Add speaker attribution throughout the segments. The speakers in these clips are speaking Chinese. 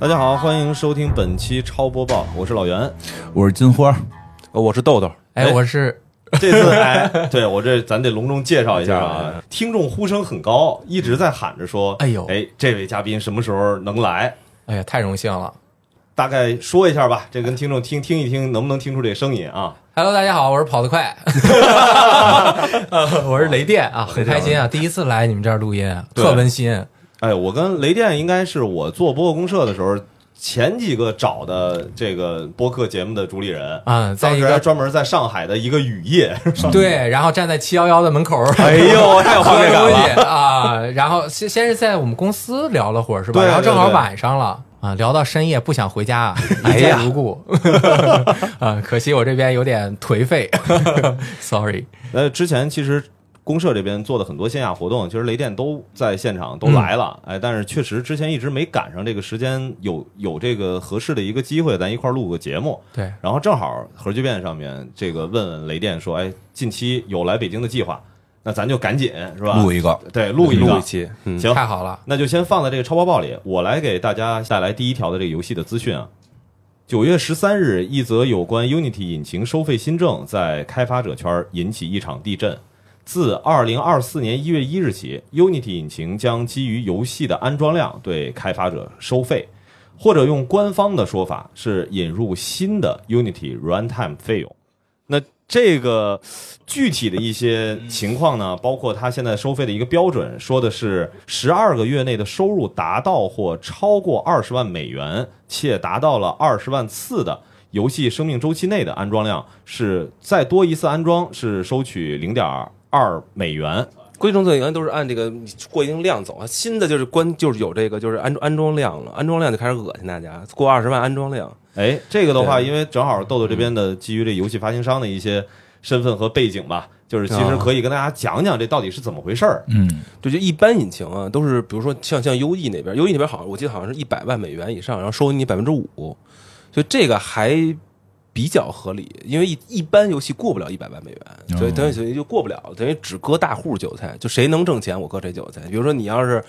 Speaker 1: 大家好，欢迎收听本期超播报，我是老 袁。
Speaker 2: 我是金花，
Speaker 3: 呃我是豆豆，
Speaker 1: 哎
Speaker 4: 哎，我是
Speaker 1: 这次哎，对我这咱得隆重介绍一下啊，听众呼声很高，一直在喊着说，
Speaker 4: 哎呦
Speaker 1: 哎，这位嘉宾什么时候能来？
Speaker 4: 哎呀，太荣幸了。
Speaker 1: 大概说一下吧，这跟听众听听一听，能不能听出这声音啊？
Speaker 4: Hello，大家好，我是跑得 快，呃我是雷电啊，很开心啊，第一次来你们这儿录音，啊
Speaker 1: 对
Speaker 4: 特温馨。
Speaker 1: 哎，我跟雷电应该是我做播客公社的时候前几个找的这个播客节目的主理人
Speaker 4: 啊在
Speaker 1: 当
Speaker 4: 一
Speaker 1: 时
Speaker 4: 个
Speaker 1: 还专门在上海的一个雨夜，
Speaker 4: 对，然后站在七幺幺的门口，
Speaker 1: 哎呦，太有
Speaker 4: 喝
Speaker 1: 画面感
Speaker 4: 东
Speaker 1: 了。
Speaker 4: 西啊，然后先先是在我们公司聊了会儿是吧？
Speaker 1: 对
Speaker 4: 然后正好
Speaker 1: 对对
Speaker 4: 晚上了啊，聊到深夜不想回家，一
Speaker 3: 哎呀
Speaker 4: 见如故 啊，可惜我这边有点颓废 ，sorry。
Speaker 1: 呃，之前其实公社这边做的很多线下活动，其实雷电都在现场都来了，哎，但是确实之前一直没赶上这个时间，有有这个合适的一个机会，咱一块儿录个节目。
Speaker 4: 对，
Speaker 1: 然后正好核聚变上面这个问问雷电说，哎，近期有来北京的计划，那咱就赶紧是吧？
Speaker 2: 录一个，
Speaker 1: 对，录一个，
Speaker 3: 录一期，嗯，
Speaker 1: 行。
Speaker 4: 太好了，
Speaker 1: 那就先放在这个超播报里，我来给大家带来第一条的这个游戏的资讯啊。九月十三日，一则有关 Unity 引擎收费新政在开发者圈引起一场地震。自二零二四年一月一日起，Unity 引擎将基于游戏的安装量对开发者收费，或者用官方的说法是引入新的 Unity runtime 费用。那这个具体的一些情况呢，包括它现在收费的一个标准，说的是十二个月内的收入达到或超过二十万美元，且达到了二十万次的游戏生命周期内的安装量，是再多一次安装是收取零点二美元。
Speaker 3: 规定作业员都是按这个过一定量走啊。新的就是关就是有这个就是安安装量了，安装量就开始恶心大家，过二十万安装量，
Speaker 1: 哎，这个的话，
Speaker 3: 对
Speaker 1: 因为正好豆豆这边的基于这游戏发行商的一些身份和背景吧，就是其实
Speaker 3: 啊
Speaker 1: 可以跟大家讲讲这到底是怎么回事儿。
Speaker 2: 嗯，
Speaker 3: 就就一般引擎啊都是比如说像像 UE 那边，UE 那边好像我记得好像是一百万美元以上，然后收你百分之五，所以这个还。比较合理，因为一一般游戏过不了一百万美元，
Speaker 2: 哦
Speaker 3: 所以等于所以就过不了，等于只割大户韭菜，就谁能挣钱我割谁韭菜。比如说你要是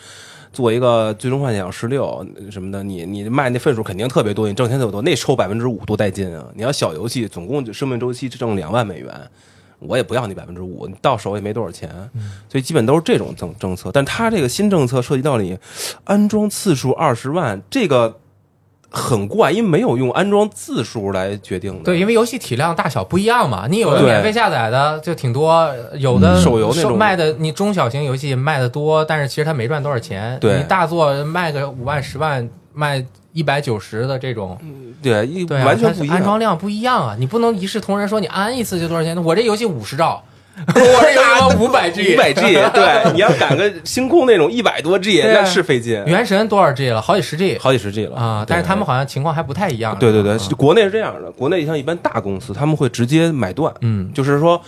Speaker 3: 做一个《最终幻想十六》什么的，你你卖那份数肯定特别多，你挣钱特别多，那抽百分之五多带劲啊！你要小游戏，总共就生命周期挣两万美元，我也不要你百分之五，你到手也没多少钱，所以基本都是这种政政策。但他这个新政策涉及到你安装次数二十万，这个很怪，因为没有用安装字数来决定的。
Speaker 4: 对，因为游戏体量大小不一样嘛，你有的
Speaker 3: 对
Speaker 4: 免费下载的就挺多，有的
Speaker 3: 嗯手游那种
Speaker 4: 售卖的，你中小型游戏卖的多，但是其实它没赚多少钱。
Speaker 3: 对
Speaker 4: 你大作卖个五万、十万，卖一百九十的这种，
Speaker 3: 对，一
Speaker 4: 对啊、
Speaker 3: 完全
Speaker 4: 它
Speaker 3: 不一样。
Speaker 4: 安装量不一样啊，你不能一视同仁说你安一次就多少钱。我这游戏五 十兆，我这游戏五百 G，
Speaker 3: 五百 G，对，你要赶个星空那种一百多 G，
Speaker 4: 对啊
Speaker 3: 那是费劲，
Speaker 4: 原神多少 G 了？好几十 G
Speaker 3: 好几十 G 了
Speaker 4: 啊、但是
Speaker 3: 对
Speaker 4: 他们好像情况还不太一样。
Speaker 3: 对对对
Speaker 4: 啊，
Speaker 3: 国内是这样的，国内像一般大公司，他们会直接买断，
Speaker 4: 嗯
Speaker 3: 就是说，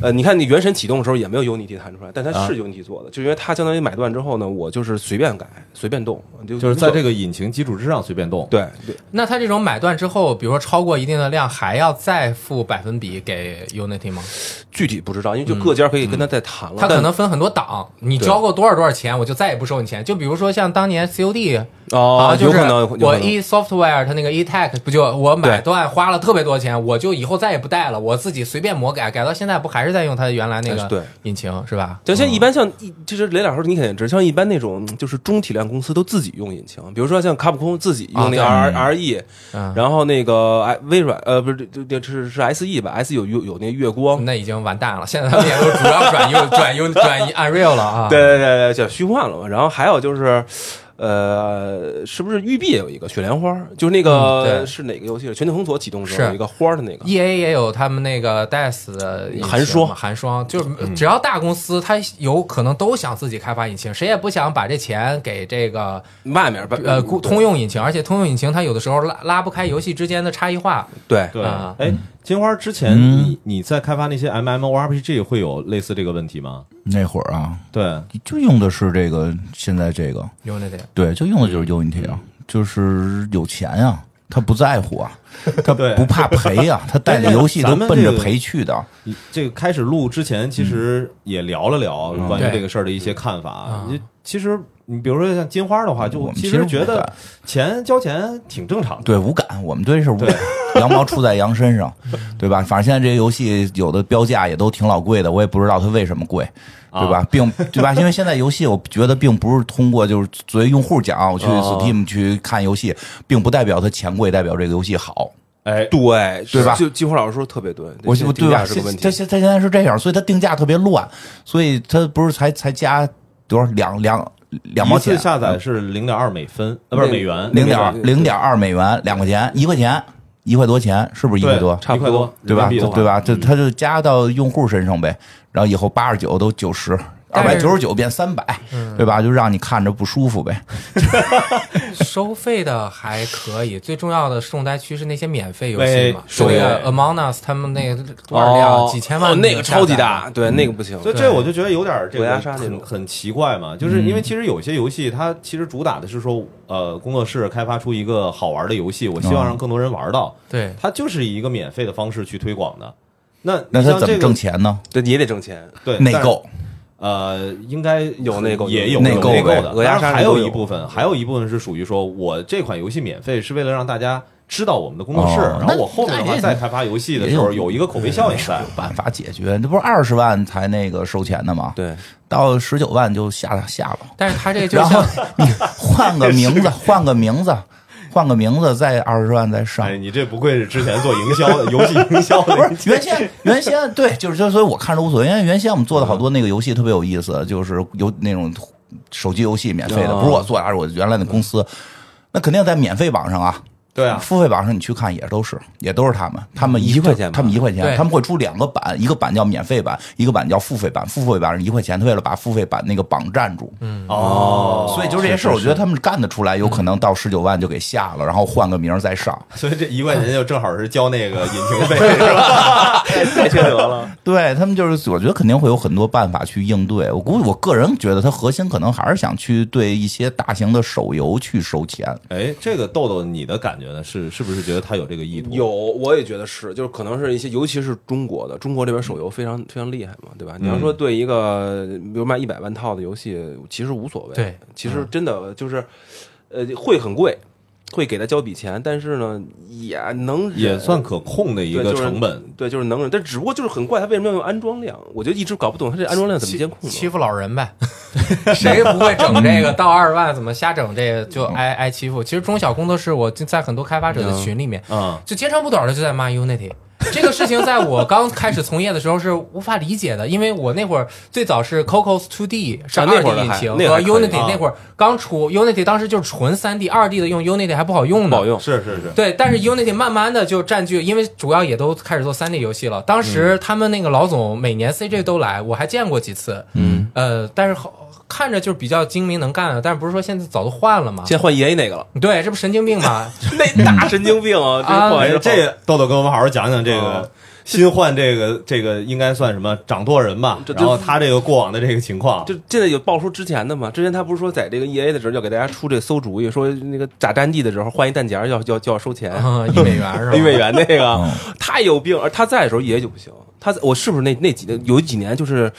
Speaker 3: 呃，你看你原神启动的时候也没有 Unity 弹出来，但它
Speaker 1: 啊
Speaker 3: 是 Unity 做的，就因为它相当于买断之后呢，我就是随便改，随便动，就
Speaker 1: 就是在这
Speaker 3: 个
Speaker 1: 个引擎基础之上随便动，
Speaker 3: 对对
Speaker 4: 那它这种买断之后，比如说超过一定的量，还要再付百分比给 Unity 吗？
Speaker 3: 具体不知道，因为就各家可以跟他再谈了，
Speaker 4: 它可
Speaker 3: 但
Speaker 4: 能分很多档，你
Speaker 3: 对
Speaker 4: 交够多少多少钱，我就再也不收你钱。就比如说像当年 COD，
Speaker 3: 哦
Speaker 4: 啊，，就
Speaker 3: 有
Speaker 4: 是
Speaker 3: 可能有可
Speaker 4: 我
Speaker 3: 能
Speaker 4: E Software 它那个 E Tech 不就我买断花了特别多钱，我就以后再也不带了，我自己随便魔改，改到现在不还是在用它原来那
Speaker 3: 但是哎对
Speaker 4: 个引擎是吧？嗯
Speaker 3: 就像一般像一，其实雷老师你肯定知，道，像一般那种就是中体量公司都自己用引擎，比如说像卡普空自己用那个
Speaker 4: 啊
Speaker 3: R R E，
Speaker 4: 嗯
Speaker 3: 然后那个哎微软呃不是就就是是 S E 吧，S E 有有有那月光，
Speaker 4: 那已经完蛋了，现在他们也都主 要转用转用转移 Unreal 了啊。
Speaker 3: 对对对对，叫虚幻了嘛。然后还有就是。呃，是不是育碧也有一个雪莲花？就是那
Speaker 4: 嗯
Speaker 3: 个
Speaker 4: 对
Speaker 3: 是哪个游戏？全球封锁启动的时候
Speaker 4: 是
Speaker 3: 有一个花儿的那个，
Speaker 4: E A 也有他们那个 DICE 的引擎嘛
Speaker 3: 寒霜
Speaker 4: 寒霜就是
Speaker 3: 嗯
Speaker 4: 只要大公司，它有可能都想自己开发引擎，谁也不想把这钱给这个
Speaker 3: 外面吧
Speaker 4: 呃固通用引擎，而且通用引擎它有的时候拉拉不开游戏之间的差异化。
Speaker 3: 对
Speaker 1: 对，
Speaker 4: 啊
Speaker 1: 哎，金花之前
Speaker 2: 嗯
Speaker 1: 你你在开发那些 MMORPG 会有类似这个问题吗？
Speaker 2: 那会儿啊，
Speaker 1: 对，
Speaker 2: 就用的是这个，现在这个，
Speaker 4: 用那点
Speaker 2: 对，就用的就是 Unity 啊，就是有钱呀、他不在乎 啊，他
Speaker 1: 对
Speaker 2: 不怕赔 呀、他带着游戏都奔着赔去的，
Speaker 1: 你这个开
Speaker 2: 嗯
Speaker 1: 始录之前，其实也聊了聊关于
Speaker 4: 对
Speaker 1: 这个事儿的一些看法。
Speaker 4: 啊
Speaker 1: 你其实你比如说像金花的话，
Speaker 2: 我
Speaker 1: 就
Speaker 2: 们
Speaker 1: 其
Speaker 2: 其实
Speaker 1: 实觉
Speaker 2: 无
Speaker 1: 得
Speaker 2: 感
Speaker 1: 钱交钱挺正常的。
Speaker 2: 对，无感，我们对这事儿无感。 羊毛出在羊身 上，对吧？反正现在这些游戏有的标价也都挺老贵的，我也不知道它为什么贵，对吧？并对吧？因为现在游戏，我觉得并不是通过就是作为用户讲，我去
Speaker 3: 哦
Speaker 2: Steam 去看游戏，并不代表它钱贵，代表这个游戏好，
Speaker 1: 哎，
Speaker 3: 对
Speaker 2: 对吧
Speaker 3: 就金花老师说得特别对，
Speaker 2: 我
Speaker 3: 这
Speaker 2: 我
Speaker 3: 定
Speaker 2: 对
Speaker 3: 价
Speaker 2: 吧？
Speaker 3: 是个问
Speaker 2: 它
Speaker 3: 题。
Speaker 2: 现它现在是这样，所以它定价特别乱，所以它不是才才加多少两两两毛
Speaker 1: 一
Speaker 2: 钱
Speaker 1: 次下载是零点二美分，呃，不是
Speaker 3: 那
Speaker 1: 美元，
Speaker 3: 那
Speaker 2: 零点
Speaker 3: 个
Speaker 2: 二
Speaker 3: 对
Speaker 2: 零点二美元，两块钱，一块钱，一块多钱，是不是一块多？
Speaker 3: 差
Speaker 1: 一
Speaker 3: 不
Speaker 1: 块
Speaker 3: 多
Speaker 1: 多，
Speaker 2: 对吧？
Speaker 1: 人民币的
Speaker 2: 就
Speaker 1: 话嗯
Speaker 2: 对？吧？这他就加到用户身上呗，然后以后八十九都九十，二百
Speaker 4: 但是嗯
Speaker 2: 九十九变三百，对吧？就让你看着不舒服呗。
Speaker 4: 收费的还可以，最重要的重灾区是那些免费游戏
Speaker 1: 喂
Speaker 4: 嘛，就那
Speaker 3: 对
Speaker 4: 个 Among Us 他们那个多少量几千万
Speaker 3: 哦那个超级
Speaker 4: 下载
Speaker 3: 大，对那个不行。
Speaker 1: 所以这我就觉得有点这
Speaker 3: 对国
Speaker 1: 个
Speaker 3: 家杀那种
Speaker 1: 很很奇怪嘛，就是因为
Speaker 2: 嗯
Speaker 1: 其实有些游戏它其实主打的是说，呃，工作室开发出一个好玩的游戏，我希
Speaker 2: 啊
Speaker 1: 望让更多人玩到，
Speaker 4: 对，
Speaker 1: 它就是以一个免费的方式去推广的。那
Speaker 2: 那
Speaker 1: 你
Speaker 2: 他
Speaker 1: 像
Speaker 2: 怎
Speaker 1: 这
Speaker 2: 么
Speaker 1: 个
Speaker 2: 挣钱呢？
Speaker 3: 对你也得挣钱，
Speaker 1: 对
Speaker 2: 内购，
Speaker 1: 呃，应该
Speaker 3: 有内购
Speaker 1: 也有
Speaker 2: 内
Speaker 1: 购
Speaker 2: 购
Speaker 1: 内
Speaker 2: 呗
Speaker 1: 的，
Speaker 3: 鹅鸭
Speaker 1: 当然
Speaker 3: 杀
Speaker 1: 还
Speaker 3: 都
Speaker 1: 有
Speaker 3: 有
Speaker 1: 一部分，还有一部分是属于说我这款游戏免费是为了让大家知道我们的工作室，
Speaker 2: 哦
Speaker 1: 然后我后面的
Speaker 2: 那
Speaker 1: 话
Speaker 2: 也
Speaker 1: 再开发游戏的
Speaker 2: 也
Speaker 1: 时候
Speaker 2: 有
Speaker 1: 有一个口碑效应在。
Speaker 2: 办法解决，这不是二十万才那个收钱的吗？，
Speaker 3: 对，
Speaker 2: 到十九万就下下了。
Speaker 4: 但是他这就
Speaker 2: 然后
Speaker 4: 像
Speaker 2: 你换个名字，换个名字，换个名字，再二十万再上
Speaker 1: 哎，。你这不愧是之前做营销的游戏营销的，
Speaker 2: 不是原先原先对，就是就所以我看着无所谓，因为原先我们做的好多那个游戏特别有意思，就是有那种手机游戏免费的，
Speaker 3: 啊
Speaker 2: 不是我做的，而是我原来的公司，那肯定在免费榜上啊。
Speaker 1: 对啊，
Speaker 2: 付费榜上你去看也都是，也都是他们，他们
Speaker 3: 一块钱吧
Speaker 2: 他们一块钱，
Speaker 4: 对
Speaker 2: 他们会出两个版，一个版叫免费版，一个版叫付费版。付费版是一块钱，他为了把付费版那个榜占住，
Speaker 1: 哦，
Speaker 2: 所以就这些事儿，我觉得他们干得出来，有可能到十九万就给下了，然后换个名儿再上。
Speaker 1: 所以这一块钱就正好是交那个引擎费，是吧？
Speaker 3: 太缺德了。
Speaker 2: 对他们就是，我觉得肯定会有很多办法去应对。我估计，我个人觉得它核心可能还是想去对一些大型的手游去 收钱。
Speaker 1: 哎，这个豆豆，你的感觉呢？是是不是觉得他有这个意图？
Speaker 3: 有，我也觉得是，就是可能是一些，尤其是中国的，中国这边手游非
Speaker 1: 嗯
Speaker 3: 常非常厉害嘛，对吧？你要说对一个，比如卖一百万套的游戏，其实无所谓，
Speaker 4: 对，
Speaker 3: 其实真的就是，呃，会很贵，会给他交笔钱，但是呢，也能忍
Speaker 1: 也算可控的一
Speaker 3: 对
Speaker 1: 个
Speaker 3: 就是
Speaker 1: 成本。
Speaker 3: 对，就是能忍，但只不过就是很怪，他为什么要用安装量？我就一直搞不懂他这安装量怎么监控
Speaker 4: 欺
Speaker 3: 的。
Speaker 4: 负老人 呗，谁不会整这个？到二十万怎么瞎整这个就挨挨欺负？其实中小工作室，我就在很多开发者的群里面，
Speaker 1: 嗯，
Speaker 4: 就截长不短的就在骂 Unity。这个事情在我刚开始从业的时候是无法理解的，因为我那会儿最早是 Cocos 2D 是
Speaker 3: 啊那
Speaker 4: 二
Speaker 3: 会儿
Speaker 4: D
Speaker 3: 的
Speaker 4: 引
Speaker 3: 还
Speaker 4: 擎
Speaker 3: 那个
Speaker 4: 和
Speaker 3: 还可以
Speaker 4: Unity
Speaker 1: 啊
Speaker 4: 那会儿刚出，Unity 当时就是纯三 D，二 D 的用 Unity 还不好用呢，
Speaker 3: 不好用，
Speaker 1: 是是是，
Speaker 4: 对，但是 Unity 慢慢的就占据，因为主要也都开始做三 D 游戏了。当时他们那个老总每年 CJ 都来，我还见过几次。嗯，呃，但是好看着就是比较精明能干的，但是不是说现在早都换
Speaker 1: 啊
Speaker 4: 了吗？
Speaker 3: 现在换 E A 那 个了，
Speaker 4: 对，这不神经病 吗？
Speaker 3: 那大神经病啊！
Speaker 4: 啊
Speaker 3: 这
Speaker 1: 哎
Speaker 3: 换，
Speaker 1: 这豆豆跟我们好好讲讲这
Speaker 3: 哦
Speaker 1: 个新换这个这个应该算什么掌舵人吧？
Speaker 3: 这这
Speaker 1: 然后他这个过往的这个情况，
Speaker 3: 就现在有爆出之前的嘛？之前他不是说在这个 E A 的时候要给大家出这个馊主意，说那个打战地的时候换一弹夹儿要要就要收钱，
Speaker 4: 啊，一美元是吧？
Speaker 3: 李美元那个
Speaker 2: 嗯
Speaker 3: 太有病，而他在的时候 E A 就不行。他在我是不是那那几有几年就是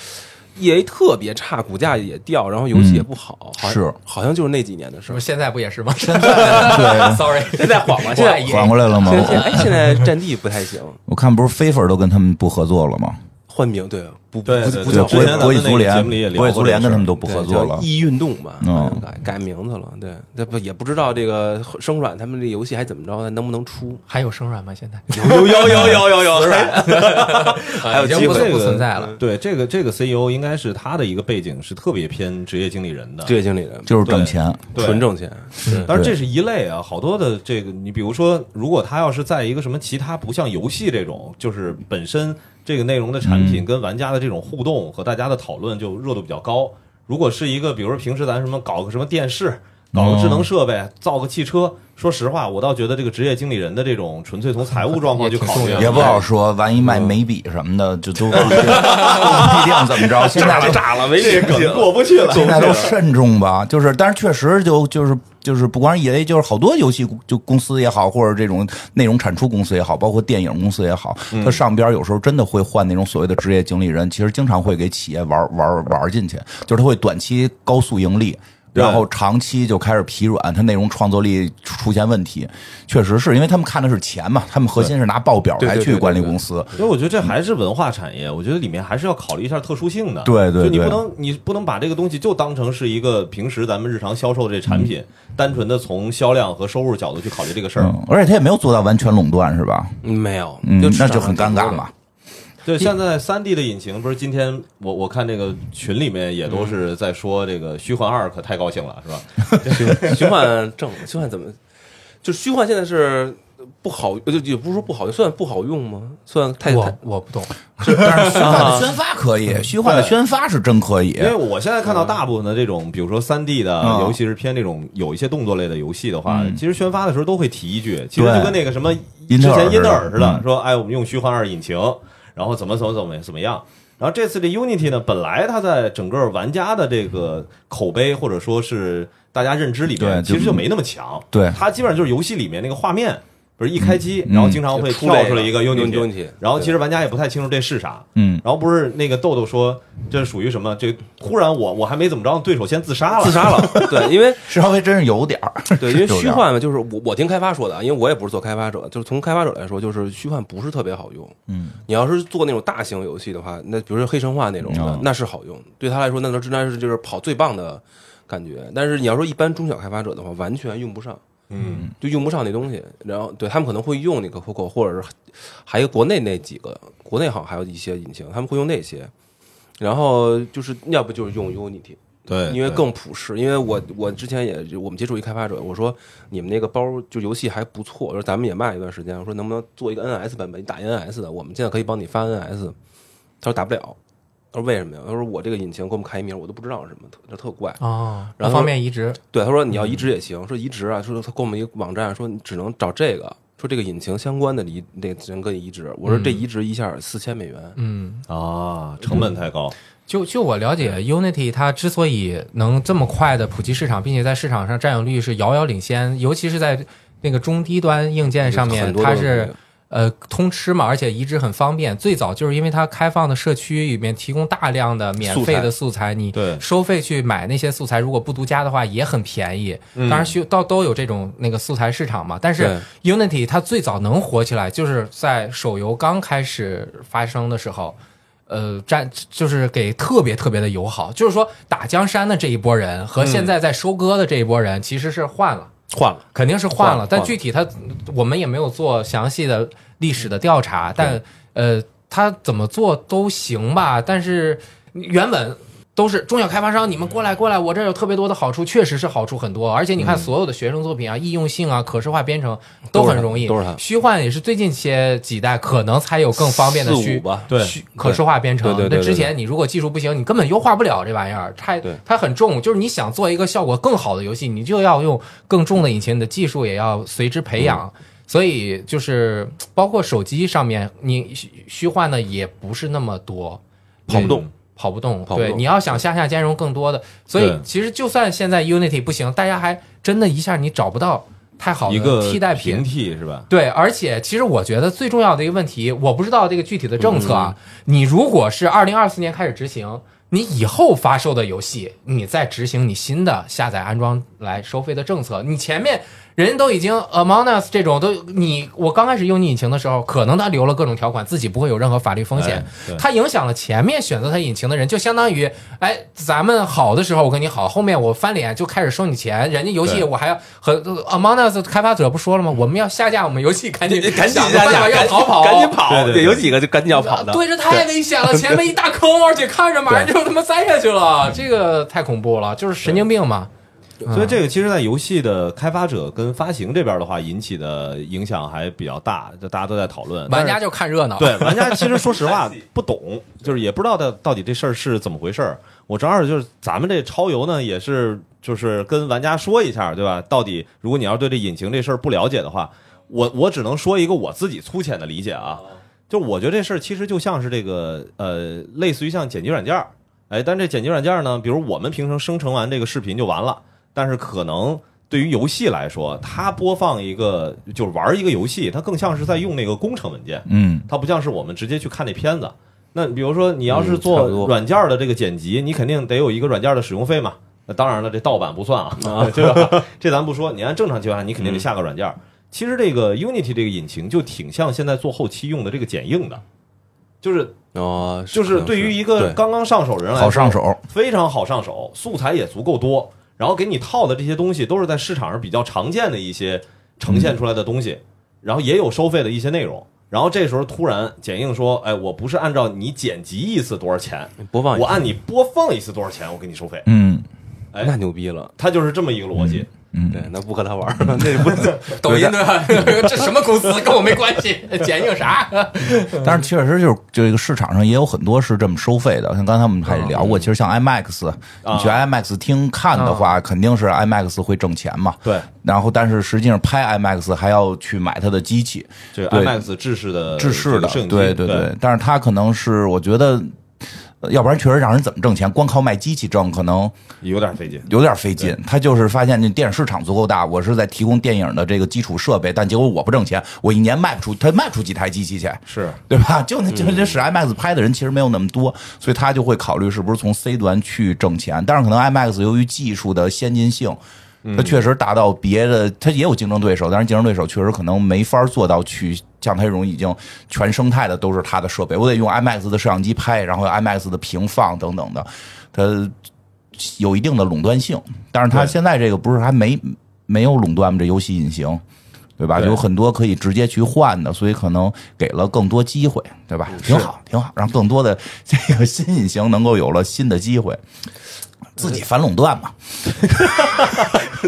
Speaker 3: E A 特别差，股价也掉，然后游戏也不好，好像
Speaker 2: 嗯是
Speaker 3: 好像就是那几年的事
Speaker 4: 是
Speaker 3: 儿
Speaker 4: 不。是现在不也是 吗？ 现
Speaker 1: 哎
Speaker 4: 在，sorry，
Speaker 3: 现在缓了，现在
Speaker 2: 缓过来了吗
Speaker 3: 现？在现在哎，现在战地不太行，
Speaker 2: 我看不是飞粉都跟他们不合作了吗？
Speaker 3: 换名对不不
Speaker 1: 对对
Speaker 3: 不
Speaker 1: 对
Speaker 3: 叫
Speaker 2: 国
Speaker 1: 之前咱们
Speaker 2: 国际足
Speaker 1: 那个节
Speaker 2: 联
Speaker 1: 目里也聊，
Speaker 2: 国
Speaker 1: 过
Speaker 2: 际足联
Speaker 1: 这个事儿
Speaker 2: 跟他们都不
Speaker 3: 对
Speaker 2: 合作了
Speaker 3: 叫。易运动吧，
Speaker 2: 嗯
Speaker 3: 好像改改名字了。对，那不也不知道这个生软他们这游戏还怎么着呢，能不能出？
Speaker 4: 还有生软吗？现在
Speaker 3: 有有有有有有，
Speaker 4: 还
Speaker 3: 有
Speaker 4: 已经
Speaker 3: 机
Speaker 4: 不
Speaker 3: 会嗯
Speaker 1: 这
Speaker 4: 不
Speaker 1: 个
Speaker 4: 存在了。
Speaker 1: 对，这个这个 CEO 应该是他的一个背景是特别偏职业经理人的，
Speaker 3: 职业经理人
Speaker 2: 就是挣钱，
Speaker 1: 对
Speaker 3: 纯。挣钱，
Speaker 2: 嗯
Speaker 3: 对
Speaker 1: 但是这是一类啊，好多的这个，你比如说，如果他要是在一个什么其他不像游戏这种，就是本身这个内容的产
Speaker 2: 嗯
Speaker 1: 品跟玩家的这种互动和大家的讨论就热度比较高。如果是一个，比如说平时咱什么搞个什么电视，搞个智
Speaker 2: 哦
Speaker 1: 能设备，造个汽车，说实话，我倒觉得这个职业经理人的这种纯粹从财务状况去考
Speaker 4: 也挺重
Speaker 1: 虑啊
Speaker 4: 要，
Speaker 2: 也不好说。万一卖眉笔什么的，就都不一定都不一定怎么着。现在就
Speaker 3: 炸了，没
Speaker 1: 这
Speaker 3: 梗
Speaker 1: 梗过不去了。
Speaker 2: 现在都慎重吧，就是，但是确实就就是就是，不光是 EA，就是好多游戏就公司也好，或者这种内容产出公司也好，包括电影公司也好，
Speaker 3: 嗯
Speaker 2: 它上边有时候真的会换那种所谓的职业经理人，其实经常会给企业玩玩玩进去，就是他会短期高速盈利。
Speaker 1: 对
Speaker 2: 然后长期就开始疲软，它内容创作力出出现问题，确实是因为他们看的是钱嘛，他们核心是拿报表
Speaker 3: 对对
Speaker 2: 来
Speaker 3: 对
Speaker 2: 去
Speaker 3: 对
Speaker 2: 管理
Speaker 3: 对
Speaker 2: 公司，
Speaker 1: 所以我觉得这还是文化产业，我觉得里面还是要考虑一下特殊性的。
Speaker 2: 嗯对对
Speaker 1: 就你
Speaker 2: 对
Speaker 1: 不能你不能把这个东西就当成是一个平时咱们日常销售的这产品，单纯的从销量和收入角度去考虑这个事儿。
Speaker 2: 嗯嗯，而且他也没有做到完全垄断，是吧？
Speaker 3: 嗯没有，
Speaker 2: 嗯，
Speaker 3: 就
Speaker 2: 那就很尴尬嘛
Speaker 3: 嘛。。
Speaker 1: 对，现在三 D 的引擎不是今天我我看这个群里面也都
Speaker 2: 嗯
Speaker 1: 是在说这个虚幻二可太高兴了，是吧？
Speaker 3: 虚幻正虚幻怎么？就是虚幻现在是不好，就也不是说不好，算不好用吗？算太
Speaker 4: 我
Speaker 3: 太
Speaker 4: 我不懂，
Speaker 2: 但是虚幻的宣发可以，虚幻的宣发是真可以
Speaker 1: 因。为我现在看到大部分的这种，比如说三 D 的
Speaker 2: 嗯，
Speaker 1: 尤其是偏这种有一些动作类的游戏的话，其实宣发的时候都会提一句，其实就跟那个什么之
Speaker 2: 因特尔
Speaker 1: 前英特尔
Speaker 2: 似的
Speaker 1: 似的，
Speaker 2: 嗯
Speaker 1: 说哎，我们用虚幻二引擎，然后怎么怎么怎么怎么样。然后这次这 Unity 呢，本来它在整个玩家的这个口碑或者说是大家认知里
Speaker 2: 对
Speaker 1: 面，
Speaker 2: 就
Speaker 1: 其实就没那么强。
Speaker 2: 对
Speaker 1: 它基本上就是游戏里面那个画面，比如一开机，
Speaker 2: 嗯
Speaker 1: 然后经常
Speaker 3: 就
Speaker 1: 会
Speaker 3: 出
Speaker 1: 跳嗯
Speaker 3: 这
Speaker 1: 出来
Speaker 3: 个
Speaker 1: 一个
Speaker 3: Unity，
Speaker 1: 然后其
Speaker 3: 对
Speaker 1: 实玩家也不太清楚这是啥。
Speaker 2: 嗯，
Speaker 1: 然后不是那个豆豆说，这是属于什么？这忽然我我还没怎么着，对手先自杀了，
Speaker 3: 自杀了。对，因为
Speaker 2: 稍微真是有点儿。
Speaker 3: 对， 因为
Speaker 2: 是有
Speaker 3: 虚
Speaker 2: 点儿
Speaker 3: 幻嘛，就是我我听开发说的啊，因为我也不是做开发者，就是从开发者来说，就是虚幻不是特别好用。
Speaker 2: 嗯，
Speaker 3: 你要是做那种大型游戏的话，那比如说黑神话那种的，
Speaker 2: 哦
Speaker 3: 那是好用，对他来说，那都那是就是跑最棒的感觉。但是你要说一般中小开发者的话，完全用不上。
Speaker 1: 嗯，
Speaker 3: 就用不上那东西。然后对他们可能会用那个 Coco，或者是还有国内那几个，国内好像还有一些引擎，他们会用那些。然后就是要不就是用 Unity，
Speaker 1: 对
Speaker 3: 因为更朴实。因为我我之前也我们接触一开发者，我说你们那个包就游戏还不错，我说咱们也卖一段时间，我说能不能做一个 NS 版本，你打 NS 的，我们现在可以帮你发 NS。他说打不了，他说为什么呀？他说我这个引擎给我们开一名，我都不知道是什么，特这特怪。
Speaker 4: 哦，
Speaker 3: 然
Speaker 4: 不
Speaker 3: 后
Speaker 4: 方便移植，
Speaker 3: 对，他说你要移植也行，说移植啊，说他给我们一个网站，说你只能找这个，说这个引擎相关的移那只能给你移植。我说这移植一下四千美元，
Speaker 4: 嗯，
Speaker 1: 啊，成本太高，
Speaker 4: 就就我了
Speaker 3: 嗯
Speaker 4: 解，Unity 它之所以能这么快的普及市场，并且在市场上占有率是遥遥领先，尤其是在那个中低端硬件上面
Speaker 3: 很，多
Speaker 4: 它
Speaker 3: 都
Speaker 4: 是呃通吃嘛，而且移植很方便。最早就是因为它开放的社区里面提供大量的免费的素材，你
Speaker 1: 对
Speaker 4: 收费去买那些素材，如果不独家的话也很便宜。当然需到都有这种那个素材市场嘛，但是 Unity 它最早能火起来，就是在手游刚开始发生的时候。呃，占就是给特别特别的友好，就是说打江山的这一波人和现在在收割的这一波人其实是换了，
Speaker 3: 换了。
Speaker 4: 肯定是
Speaker 3: 换
Speaker 4: 换
Speaker 3: 了
Speaker 4: 了，但
Speaker 3: 换
Speaker 4: 具体它我们也没有做详细的历史的调查，但呃，它怎么做都行吧。但是原本都是中小开发商，你们过来过来，我这儿有特别多的好处，确实是好处很多。而且你看所有的学生作品啊、易用性啊、可视化编程都
Speaker 3: 嗯都是
Speaker 4: 很
Speaker 3: 它
Speaker 4: 容易，
Speaker 3: 都是它
Speaker 4: 虚幻也是最近些几代可能才有更方便的
Speaker 3: 四
Speaker 4: 虚
Speaker 3: 五吧，
Speaker 1: 对
Speaker 4: 虚可视化编程。
Speaker 3: 对对对
Speaker 4: 那
Speaker 3: 对
Speaker 4: 之前你如果技术不行，你根本优化不了这玩意儿，太
Speaker 3: 对
Speaker 4: 它很重。就是你想做一个效果更好的游戏，你就要用更重的引擎，你的技术也要随之
Speaker 3: 嗯
Speaker 4: 培养。所以就是包括手机上面，你虚虚幻的也不是那么多，
Speaker 3: 跑不动。
Speaker 4: 跑不动。
Speaker 3: 跑不
Speaker 4: 对，
Speaker 3: 动
Speaker 4: 你要想向下兼容更多的，所以
Speaker 1: 对
Speaker 4: 其实就算现在 Unity 不行，大家还真的一下你找不到太好
Speaker 1: 一
Speaker 4: 的
Speaker 1: 个
Speaker 4: 替代品
Speaker 1: 平。替是吧？
Speaker 4: 对，而且其实我觉得最重要的一个问题，我不知道这个具体的政策
Speaker 1: 嗯
Speaker 4: 啊。你如果是二零二四年开始执行，你以后发售的游戏，你再执行你新的下载安装来收费的政策，你前面人家都已经 Among Us 这种都你我刚开始用你引擎的时候，可能他留了各种条款，自己不会有任何法律风险
Speaker 1: 哎，对
Speaker 4: 它影响了前面选择它引擎的人，就相当于哎，咱们好的时候我跟你好，后面我翻脸就开始收你钱，人家游戏
Speaker 1: 对
Speaker 4: 我还要和 Among Us 开发者不说了吗？我们要下架我们游戏，赶紧
Speaker 3: 赶紧
Speaker 4: 想个办法要逃跑，
Speaker 3: 赶紧跑！
Speaker 1: 对对对
Speaker 3: 有几个就赶紧要跑的。
Speaker 4: 对，这太危险了，前面一大坑，而且看着马上就他妈栽下去了， 这个太恐怖了，就是神经病嘛。
Speaker 1: 所以这个其实，在游戏的开发者跟发行这边的话，引起的影响还比较大，就大家都在讨论。
Speaker 4: 玩
Speaker 1: 但
Speaker 4: 家
Speaker 1: 是
Speaker 4: 就看热闹，
Speaker 1: 对玩家其实说实话不懂，就是也不知道到到底这事儿是怎么回事儿。我正好就是咱们这超游呢，也是就是跟玩家说一下，对吧？到底如果你要对这引擎这事儿不了解的话，我我只能说一个我自己粗浅的理解啊，就我觉得这事儿其实就像是这个呃，类似于像剪辑软件儿，哎，但这剪辑软件儿呢，比如我们平常生成完这个视频就完了，但是可能对于游戏来说，它播放一个就是玩儿一个游戏，它更像是在用那个工程文件，
Speaker 2: 嗯，
Speaker 1: 它不像是我们直接去看那片子。那比如说，你要是
Speaker 3: 嗯差
Speaker 1: 做
Speaker 3: 不多
Speaker 1: 软件儿的这个剪辑，你肯定得有一个软件儿的使用费嘛，那当然了，这盗版不算啊， 这个这咱不说。你按正常情况下，你肯定得下个软件
Speaker 3: 嗯
Speaker 1: 儿。其实这个 Unity 这个引擎就挺像现在做后期用的这个剪映的，就是
Speaker 3: 哦，
Speaker 1: 就是对于一个
Speaker 3: 对
Speaker 1: 刚刚上手人来说
Speaker 2: 好上手，
Speaker 1: 非常好上手，素材也足够多，然后给你套的这些东西都是在市场上比较常见的一些呈现出来的东西，然后也有收费的一些内容。然后这时候突然剪映说：“哎，我不是按照你剪辑一次多少钱，
Speaker 3: 播放一
Speaker 1: 我
Speaker 3: 下，
Speaker 1: 按你播放一次多少钱，我给你收费。
Speaker 2: 嗯，
Speaker 1: 哎
Speaker 3: 那牛逼了。”
Speaker 1: 它就是这么一个逻辑。
Speaker 3: 对，那不和他玩儿，那不
Speaker 4: 抖音对吧？ 这什么公司跟我没关 系，剪映啥？
Speaker 2: 但是确实就是这个市场上也有很多是这么收费的，像刚才我们还聊过，其实像 IMAX，你去 IMAX 厅看的话，肯定是 IMAX 会挣钱嘛。
Speaker 1: 对，
Speaker 2: 然后但是实际上拍 IMAX 还要去买它的机器，
Speaker 1: 这个
Speaker 2: 对
Speaker 1: IMAX 制式的
Speaker 2: 制式的，
Speaker 1: 摄影机，
Speaker 2: 对
Speaker 1: 对
Speaker 2: 对，但是它可能是我觉得。呃要不然确实让人怎么挣钱？光靠卖机器挣可能
Speaker 1: 有点费劲。
Speaker 2: 有点费劲。他就是发现这电影市场足够大，我是在提供电影的这个基础设备，但结果我不挣钱，我一年卖不出，他卖不出几台机器去。
Speaker 1: 是，
Speaker 2: 对吧？ 就那就这使 IMAX 拍的人其实没有那么多，所以他就会考虑是不是从 C 端去挣钱。但是可能 IMAX 由于技术的先进性，它确实达到别的，它也有竞争对手，但是竞争对手确实可能没法做到去像它这种已经全生态的都是它的设备，我得用 IMAX 的摄像机拍，然后有 IMAX 的屏放等等的，它有一定的垄断性。但是它
Speaker 1: 对
Speaker 2: 现在这个不是还没没有垄断吗？这游戏引擎。对吧？
Speaker 1: 对
Speaker 2: 有很多可以直接去换的，所以可能给了更多机会，对吧？挺好，挺好，让更多的这个新引擎能够有了新的机会，自己反垄断嘛，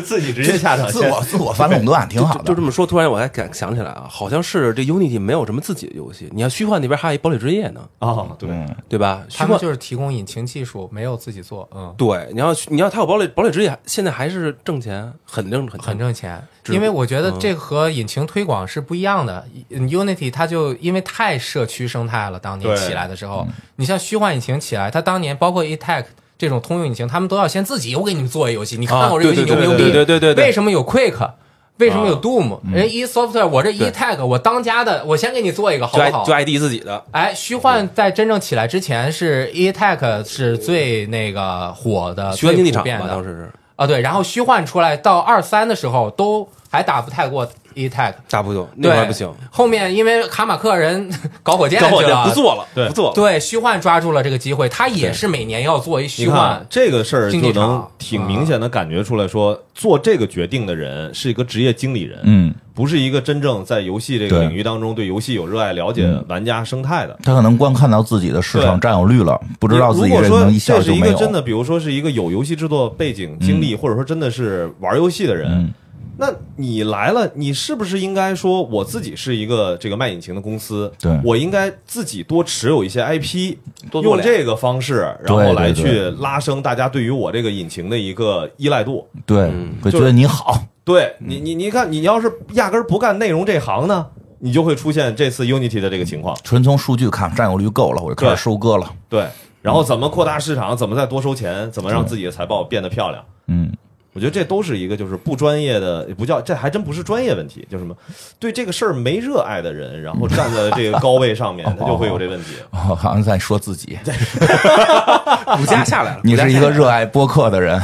Speaker 1: 自己直接下场
Speaker 2: 自
Speaker 1: 先
Speaker 2: 我自我反垄断挺好
Speaker 3: 就
Speaker 2: 的
Speaker 3: 这。么说，突然我还感想起来啊，好像是这 Unity 没有什么自己的游戏，你看虚幻那边还有一堡垒之夜呢，
Speaker 1: 啊，对，
Speaker 3: 对吧？虚
Speaker 4: 他们
Speaker 3: 幻
Speaker 4: 就是提供引擎技术，没有自己做，嗯，
Speaker 3: 对，你要你要他有堡垒堡垒之夜，现在还是挣钱，很挣很
Speaker 4: 很
Speaker 3: 挣。
Speaker 4: 挣钱。因为我觉得这和引擎推广是不一样的。Unity 它就因为太社区生态了，当年
Speaker 1: 对
Speaker 4: 起来的时候，你像虚幻引擎起来，它当年包括 e t e c 这种通用引擎，他们都要先自己我给你们做一游戏，你看
Speaker 3: 啊
Speaker 4: 我这游
Speaker 3: 对
Speaker 4: 戏牛
Speaker 3: 对
Speaker 4: 不牛逼？
Speaker 3: 对对对对对
Speaker 4: 为什么有 Quick？为什么有 Doom？人 E Software，我这 E Tech，我当家的，我先给你做一个好
Speaker 3: 就
Speaker 4: 不
Speaker 3: 爱
Speaker 4: 好？
Speaker 3: 就 ID 自己的，
Speaker 4: 哎，虚幻在真正起来之前是 E Tech 是最那个火的，
Speaker 3: 虚幻竞技场
Speaker 4: 啊最普遍
Speaker 3: 吧，
Speaker 4: 的
Speaker 3: 当时是
Speaker 4: 啊，对。然后虚幻出来到二三的时候，都还打不太过 E Tech，
Speaker 3: 打不动，那
Speaker 4: 对，
Speaker 3: 会儿还不行，。
Speaker 4: 后面因为卡马克人 搞火箭
Speaker 3: 搞火
Speaker 4: 去
Speaker 3: 箭
Speaker 4: 了
Speaker 3: 不。做了，
Speaker 1: 对
Speaker 3: 不做了。
Speaker 4: 对，虚幻抓住了这个机会，他也是每年要做一
Speaker 1: 你
Speaker 4: 虚
Speaker 1: 看
Speaker 4: 幻，
Speaker 1: 这个事儿
Speaker 4: 竞技
Speaker 1: 就
Speaker 4: 场
Speaker 1: 能挺明显的感觉出来说，做这个决定的人是一个职业经理人，
Speaker 2: 嗯，
Speaker 1: 不是一个真正在游戏这个
Speaker 2: 对嗯
Speaker 1: 领域当中对游戏有热爱、了解玩家生态的。
Speaker 2: 他可能光看到自己的市场
Speaker 1: 对
Speaker 2: 占有率了，不知道自
Speaker 1: 如
Speaker 2: 己
Speaker 1: 果
Speaker 2: 这能
Speaker 1: 说
Speaker 2: 一下
Speaker 1: 这是
Speaker 2: 就
Speaker 1: 一
Speaker 2: 没
Speaker 1: 个
Speaker 2: 有。
Speaker 1: 真的，比如说是一个有游戏制作背景经历，或者说真的是玩游戏的人，
Speaker 2: 嗯
Speaker 1: 那你来了，你是不是应该说我自己是一个这个卖引擎的公司？
Speaker 2: 对
Speaker 1: 我应该自己多持有一些 IP，
Speaker 3: 多做
Speaker 1: 用
Speaker 3: 点
Speaker 1: 这个方式，然
Speaker 2: 对
Speaker 1: 后
Speaker 2: 对
Speaker 1: 来
Speaker 2: 对
Speaker 1: 去拉升大家对于我这个引擎的一个依赖度。
Speaker 2: 对，
Speaker 1: 嗯
Speaker 2: 会觉得你好，
Speaker 1: 对
Speaker 2: 嗯
Speaker 1: 你，你你看，你要是压根儿不干内容这行呢，你就会出现这次 Unity 的这个情况。
Speaker 2: 纯从数据看占有率够了，我就开
Speaker 1: 对
Speaker 2: 始收割了。
Speaker 1: 对，然后怎么扩大市场，怎么再多收钱，怎么让自己的财报变得漂亮，
Speaker 2: 嗯，
Speaker 1: 我觉得这都是一个就是不专业的，不叫这还真不是专业问题，就是什么对这个事儿没热爱的人，然后站在这个高位上面，他就会有这问题。
Speaker 2: 哦好像在说自己，
Speaker 3: 股价下来了，
Speaker 2: 你
Speaker 3: 股价
Speaker 2: 是一
Speaker 3: 下来
Speaker 2: 个
Speaker 3: 了
Speaker 2: 热爱播客的人。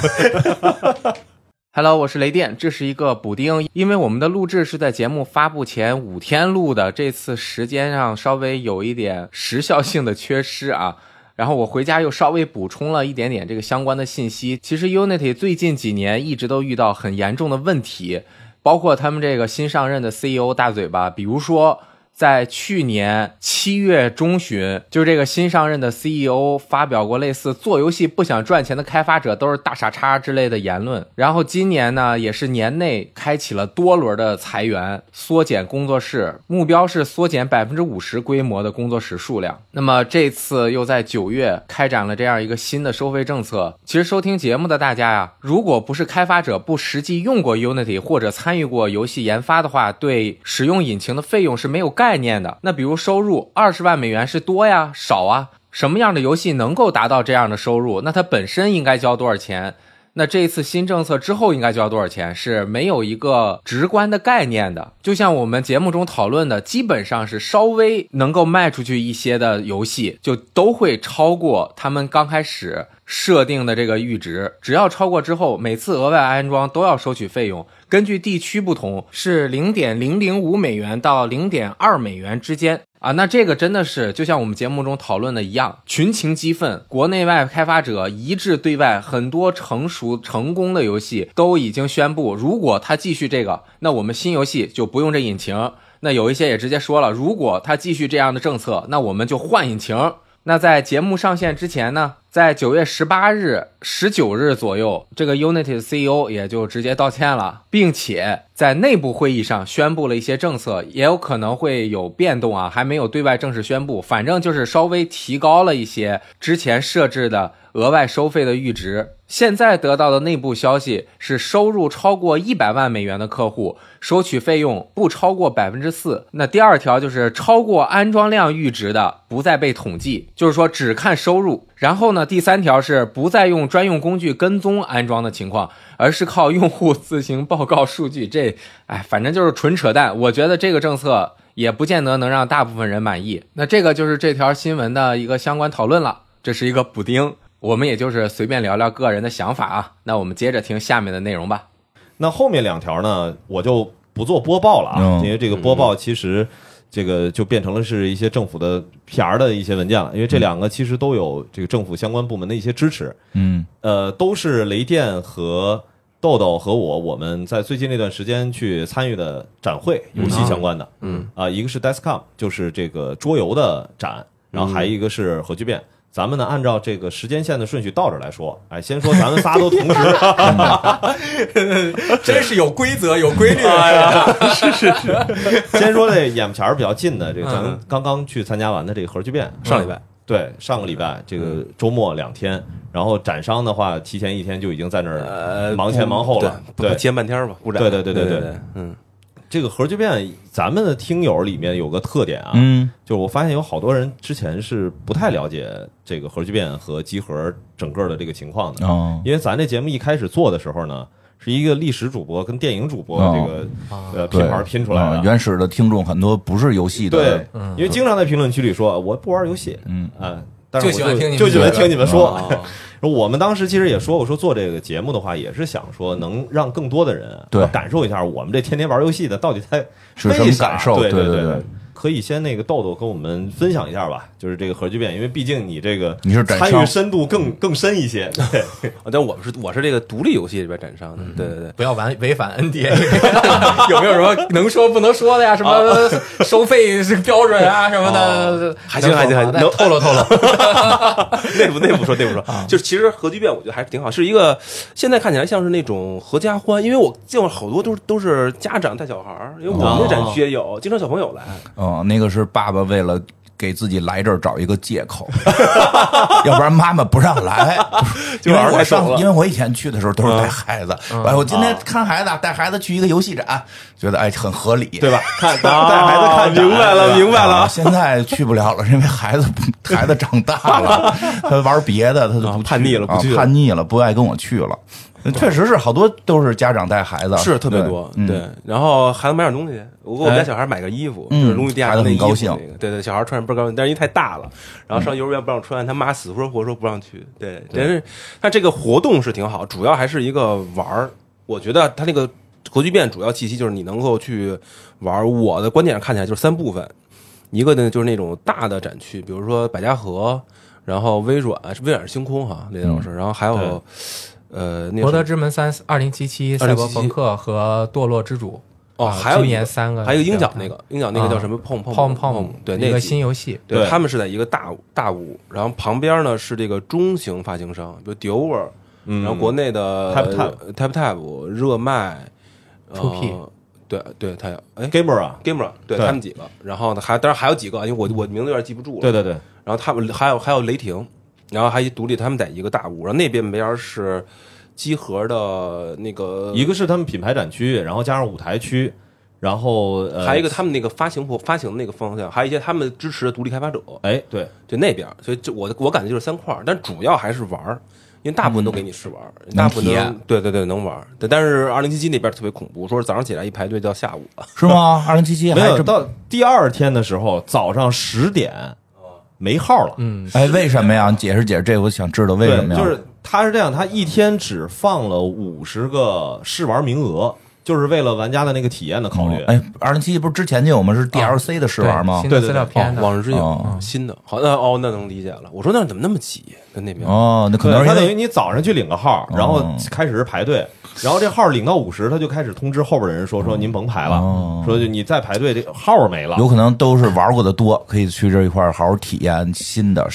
Speaker 4: Hello，我是雷电，这是一个补丁，因为我们的录制是在节目发布前五天录的，这次时间上稍微有一点时效性的缺失啊。然后我回家又稍微补充了一点点这个相关的信息。其实 Unity 最近几年一直都遇到很严重的问题，包括他们这个新上任的 CEO 大嘴巴，比如说在去年七月中旬，就是这个新上任的 CEO 发表过类似“做游戏不想赚钱的开发者都是大傻叉”之类的言论。然后今年呢，也是年内开启了多轮的裁员，缩减工作室，目标是缩减百分之五十规模的工作室数量。那么这次又在九月开展了这样一个新的收费政策。其实收听节目的大家呀、如果不是开发者不实际用过 Unity 或者参与过游戏研发的话，对使用引擎的费用是没有概念的。那比如收入二十万美元是多呀，少啊？什么样的游戏能够达到这样的收入？那它本身应该交多少钱？那这一次新政策之后应该交多少钱是没有一个直观的概念的。就像我们节目中讨论的，基本上是稍微能够卖出去一些的游戏，就都会超过他们刚开始设定的这个阈值。只要超过之后，每次额外安装都要收取费用，根据地区不同是零点零零五美元到零点二美元之间。啊，那这个真的是就像我们节目中讨论的一样，群情激愤，国内外开发者一致对外，很多成熟成功的游戏都已经宣布，如果它继续这个，那我们新游戏就不用这引擎。那有一些也直接说了，如果它继续这样的政策，那我们就换引擎。那在节目上线之前呢，在九月十八日、十九日左右，这个 Unity 的 CEO 也就直接道歉了，并且在内部会议上宣布了一些政策，也有可能会有变动啊，还没有对外正式宣布。反正就是稍微提高了一些之前设置的额外收费的阈值。现在得到的内部消息是，收入超过一百万美元的客户收取费用不超过百分之四。那第二条就是超过安装量阈值的不再被统计，就是说只看收入。然后呢，第三条是不再用专用工具跟踪安装的情况，而是靠用户自行报告数据。这，哎，反正就是纯扯淡。我觉得这个政策也不见得能让大部分人满意。那这个就是这条新闻的一个相关讨论了，这是一个补丁。我们也就是随便聊聊个人的想法啊。那我们接着听下面的内容吧。
Speaker 1: 那后面两条呢，我就不做播报了啊，
Speaker 2: 嗯
Speaker 1: 因为这个播报其实这个就变成了是一些政府的 PR 的一些文件了，因为这两个其实都有这个政府相关部门的一些支持，
Speaker 2: 嗯
Speaker 1: 呃，都是雷电和豆豆和我我们在最近那段时间去参与的展会，游戏相关的，
Speaker 3: 嗯
Speaker 1: 啊、一个是 Descom，就是这个桌游的展，然
Speaker 3: 嗯
Speaker 1: 后还一个是核聚变。咱们呢，按照这个时间线的顺序倒着来说，哎，先说咱们仨都同时
Speaker 5: 真是有规则有规律。
Speaker 1: 先说这眼前儿比较近的，这个咱们
Speaker 3: 嗯
Speaker 1: 刚刚去参加完的这个核聚变，
Speaker 3: 上礼拜
Speaker 1: 对上个礼拜这个
Speaker 3: 嗯
Speaker 1: 周末两天，然后展商的话，提前一天就已经在那儿
Speaker 3: 呃
Speaker 1: 忙前忙后了。
Speaker 3: 对不
Speaker 1: 对，
Speaker 3: 煎半天吧，不然
Speaker 1: 对对对
Speaker 3: 对
Speaker 1: 对对
Speaker 3: 对，嗯
Speaker 1: 这个核聚变，咱们的听友里面有个特点啊，
Speaker 2: 嗯
Speaker 1: 就是我发现有好多人之前是不太了解这个核聚变和集合整个的这个情况的，
Speaker 2: 哦
Speaker 1: 因为咱这节目一开始做的时候呢。是一个历史主播跟电影主播
Speaker 2: 哦
Speaker 1: 这个、呃拼盘拼出来的
Speaker 2: 啊，原始的听众很多不是游戏的
Speaker 1: 对，，因为经常在评论区里说我不玩游戏，
Speaker 2: 嗯
Speaker 1: 啊，但是我
Speaker 5: 就喜欢听你们
Speaker 1: 就喜欢
Speaker 5: 说
Speaker 1: 听你们说。
Speaker 3: 哦
Speaker 1: 我们当时其实也说，我说做这个节目的话，也是想说能让更多的人
Speaker 2: 对
Speaker 1: 感受一下我们这天天玩游戏的到底在
Speaker 2: 是
Speaker 1: 为
Speaker 2: 什么
Speaker 1: 啥
Speaker 2: 感受
Speaker 1: 对
Speaker 2: 对
Speaker 1: 对
Speaker 2: 对对
Speaker 1: 可以先那个豆豆跟我们分享一下吧，就是这个核聚变，因为毕竟你这个
Speaker 2: 你是展嗯商
Speaker 1: 参与深度更更深一 些，对，
Speaker 3: 啊但我们是我是这个独立游戏里边展商的，对对对。
Speaker 5: 不要玩 违反 NDA，有没有什么能说不能说的呀？什 么收费是标准 啊什么的？
Speaker 3: 还行还行还行
Speaker 5: 能 透露透露。
Speaker 3: 内部内部说内部
Speaker 2: 啊
Speaker 3: 说，就是其实核聚变我觉得还是挺好，是一个现在看起来像是那种合家欢，因为我见过好多都是都是家长带小孩儿，因为我们那展区也有，经常小朋友来，
Speaker 2: 哦，那个是爸爸为了。给自己来这儿找一个借口， 要不然妈妈不让来。因
Speaker 3: 就
Speaker 2: 为
Speaker 3: 玩儿
Speaker 2: 我
Speaker 3: 太爽
Speaker 2: 上，
Speaker 3: 了嗯
Speaker 2: 因为我以前去的时候都是带孩子，哎，我今天看孩子，带孩子去一个游戏展，觉得哎很合理，
Speaker 1: 对吧？看带
Speaker 3: 啊
Speaker 1: 带孩子看展
Speaker 3: 明白了
Speaker 1: 对吧
Speaker 3: 明白了
Speaker 2: 啊现在去不了了，因为孩子 不孩子长大了，他玩别的，他就不
Speaker 3: 啊
Speaker 2: 去、
Speaker 3: 叛逆了不
Speaker 2: 啊
Speaker 3: 去了
Speaker 2: 叛逆了，不爱跟我去了。确实是好多都是家长带孩子，
Speaker 3: 是特别多，
Speaker 2: 嗯
Speaker 3: 对。然后孩子买点东西，我给我们
Speaker 2: 哎
Speaker 3: 家小孩买个衣服，
Speaker 2: 嗯
Speaker 3: 就是龙与地下城那衣服
Speaker 2: 孩子很高嗯
Speaker 3: 那个，对对，小孩穿着倍儿高兴，但是因为太大了，然后上幼儿园不让穿，他妈死活活说不让去，对，但是他这个活动是挺好，主要还是一个玩儿，我觉得他那个核聚变主要气息就是你能够去玩儿。我的观点上看起来就是三部分，一个呢就是那种大的展区，比如说百家河。然后微软是微软是星空哈，雷电老师，
Speaker 2: 嗯
Speaker 3: 然后还有，呃，那
Speaker 5: 博
Speaker 3: 个什么
Speaker 5: 德之门三二零七七、赛博朋克和堕落之主。
Speaker 3: 哦，
Speaker 5: 啊
Speaker 3: 还有
Speaker 5: 今
Speaker 3: 一
Speaker 5: 年三个，
Speaker 3: 还有一个鹰角那，个，鹰角那个叫什么碰碰
Speaker 5: 泡
Speaker 3: 碰
Speaker 5: 泡
Speaker 3: 对，那
Speaker 5: 一个
Speaker 3: 几
Speaker 5: 新游戏，
Speaker 1: 对
Speaker 3: 对，他们是在一个大屋大屋，然后旁边呢是这个中型发行商，比如 Dover，
Speaker 1: 嗯
Speaker 3: 然后国内的
Speaker 1: TapTap
Speaker 3: Tap Tap 热卖，
Speaker 5: 出 P
Speaker 3: 呃对对，他哎
Speaker 1: gamer 啊，
Speaker 3: Gamer，对
Speaker 1: 对
Speaker 3: 他们几个，然后呢还当然还有几个，因为我我名字有点记不住了，
Speaker 1: 对对对，
Speaker 3: 然后他们还有还有雷霆，然后还有一独立，他们在一个大屋，然后那边边是集合的那个
Speaker 1: 一个是他们品牌展区，然后加上舞台区，然后呃
Speaker 3: 还有一个他们那个发行部发行那个方向，还有一些他们支持的独立开发者，
Speaker 1: 哎对
Speaker 3: 就那边儿。所以这我的我感觉就是三块儿，但主要还是玩儿，因为大部
Speaker 4: 嗯
Speaker 3: 分都给你试玩，大部分
Speaker 2: 能体
Speaker 3: 能
Speaker 2: 验
Speaker 3: 对对对能玩。对，但是二零七七那边特别恐怖，说是早上起来一排队到下午了。
Speaker 2: 是吗？二零七七
Speaker 1: 没
Speaker 2: 还
Speaker 1: 有
Speaker 2: 这么
Speaker 1: 到第二天的时候，早上十点没号了。嗯，
Speaker 2: 哎，为什么呀？解释解释，这我想知道为什么
Speaker 1: 对，
Speaker 2: 哦呀？
Speaker 1: 就是他是这样，他一天只放了五十个试玩名额，就是为了玩家的那个体验的考虑。啊
Speaker 2: 哦哎，二零七七不是之前就有吗？是 DLC 的试玩吗
Speaker 4: 新？
Speaker 1: 对对
Speaker 4: 的资料片
Speaker 3: 哦，
Speaker 4: 的，
Speaker 3: 往日之影、
Speaker 2: 哦
Speaker 3: 新的，好那哦那能理解了。我说那怎么那么挤？在那边、
Speaker 2: 哦，那可能
Speaker 1: 对，
Speaker 2: 是
Speaker 1: 他
Speaker 2: 因
Speaker 1: 等
Speaker 2: 为
Speaker 1: 于
Speaker 2: 哦
Speaker 1: 你早上去领个号，然后开始是排队，然后这号领到五十，他就开始通知后边人说说您甭排了，
Speaker 2: 哦
Speaker 1: 说就你再排队这个号没了。
Speaker 2: 有可能都是玩过的多，可以去这一块儿好好体验新的，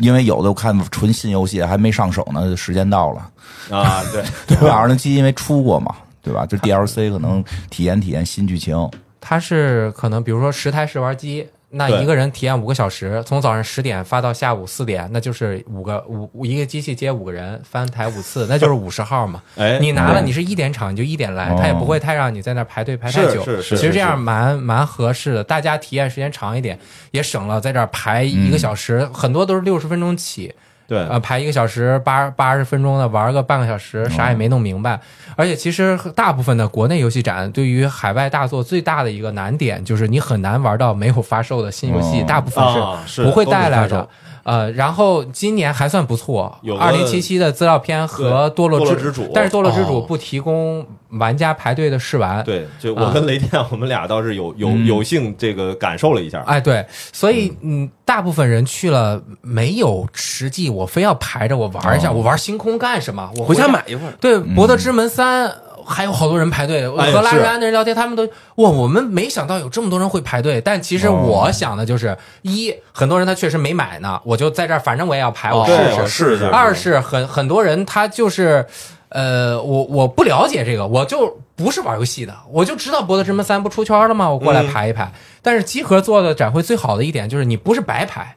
Speaker 2: 因为有的我看纯新游戏还没上手呢，就时间到 了，
Speaker 1: 啊，对，
Speaker 2: 对吧？二零七因为出过嘛，对吧？就 DLC 可能体验体验新剧情，哦
Speaker 4: 它是可能比如说十台试玩机，那
Speaker 1: 对
Speaker 4: 一个人体验五个小时，从早上十点发到下午四点，那就是五个五五一个机器接五个人翻台五次，那就是五十号嘛。
Speaker 1: 哎，
Speaker 4: 你拿了，你是一点场你就一点来
Speaker 2: 哦，
Speaker 4: 他也不会太让你在那儿排队排太
Speaker 1: 是
Speaker 4: 久。
Speaker 1: 是是
Speaker 4: 其
Speaker 1: 是
Speaker 4: 实这样蛮蛮合适的，大家体验时间长一点，也省了在这儿排
Speaker 1: 嗯
Speaker 4: 一个小时，很多都是六十分钟起，
Speaker 1: 对，
Speaker 2: 啊
Speaker 4: 呃，排一个小时八八十分钟的，玩个半个小时，啥也没弄明白。而且其实大部分的国内游戏展对于海外大作最大的一个难点就是你很难玩到没有发售的新游戏，
Speaker 2: 哦
Speaker 4: 大部分
Speaker 1: 啊是
Speaker 4: 是不会
Speaker 1: 都没
Speaker 4: 带来
Speaker 1: 发
Speaker 4: 的。
Speaker 1: 售
Speaker 4: 呃，然后今年还算不错
Speaker 1: 有，个
Speaker 4: 二零七七的资料片和
Speaker 1: 对
Speaker 4: 堕落
Speaker 1: 堕落
Speaker 4: 之
Speaker 1: 之主
Speaker 4: 但是堕落之主
Speaker 3: 哦
Speaker 4: 不提供玩家排队的试玩，
Speaker 1: 对，就我跟雷电，我们俩倒是有有
Speaker 2: 嗯
Speaker 1: 有幸这个感受了一
Speaker 2: 啊
Speaker 1: 下。
Speaker 4: 哎，对，所以嗯，大部分人去了没有实际，我非要排着我玩一下，
Speaker 2: 哦
Speaker 4: 我玩星空干什么？我
Speaker 3: 回家。买一份。
Speaker 4: 对，《博德之门三》还有好多人排队，我
Speaker 1: 哎
Speaker 4: 和拉
Speaker 1: 是
Speaker 4: 瑞安的人聊天，他们都哇，我们没想到有这么多人会排队。但其实
Speaker 2: 哦
Speaker 4: 我想的就是，一很多人他确实没买呢，我就在这儿，反正我也要排，我
Speaker 3: 哦
Speaker 4: 试
Speaker 1: 对，
Speaker 4: 试
Speaker 1: 我。试试。
Speaker 4: 二是很很多人他就是，呃，我我不了解这个，我就不是玩游戏的，我就知道《博德之门三》不出圈了吗？我过来排一排。但是集合做的展会最好的一点就是你不是白排，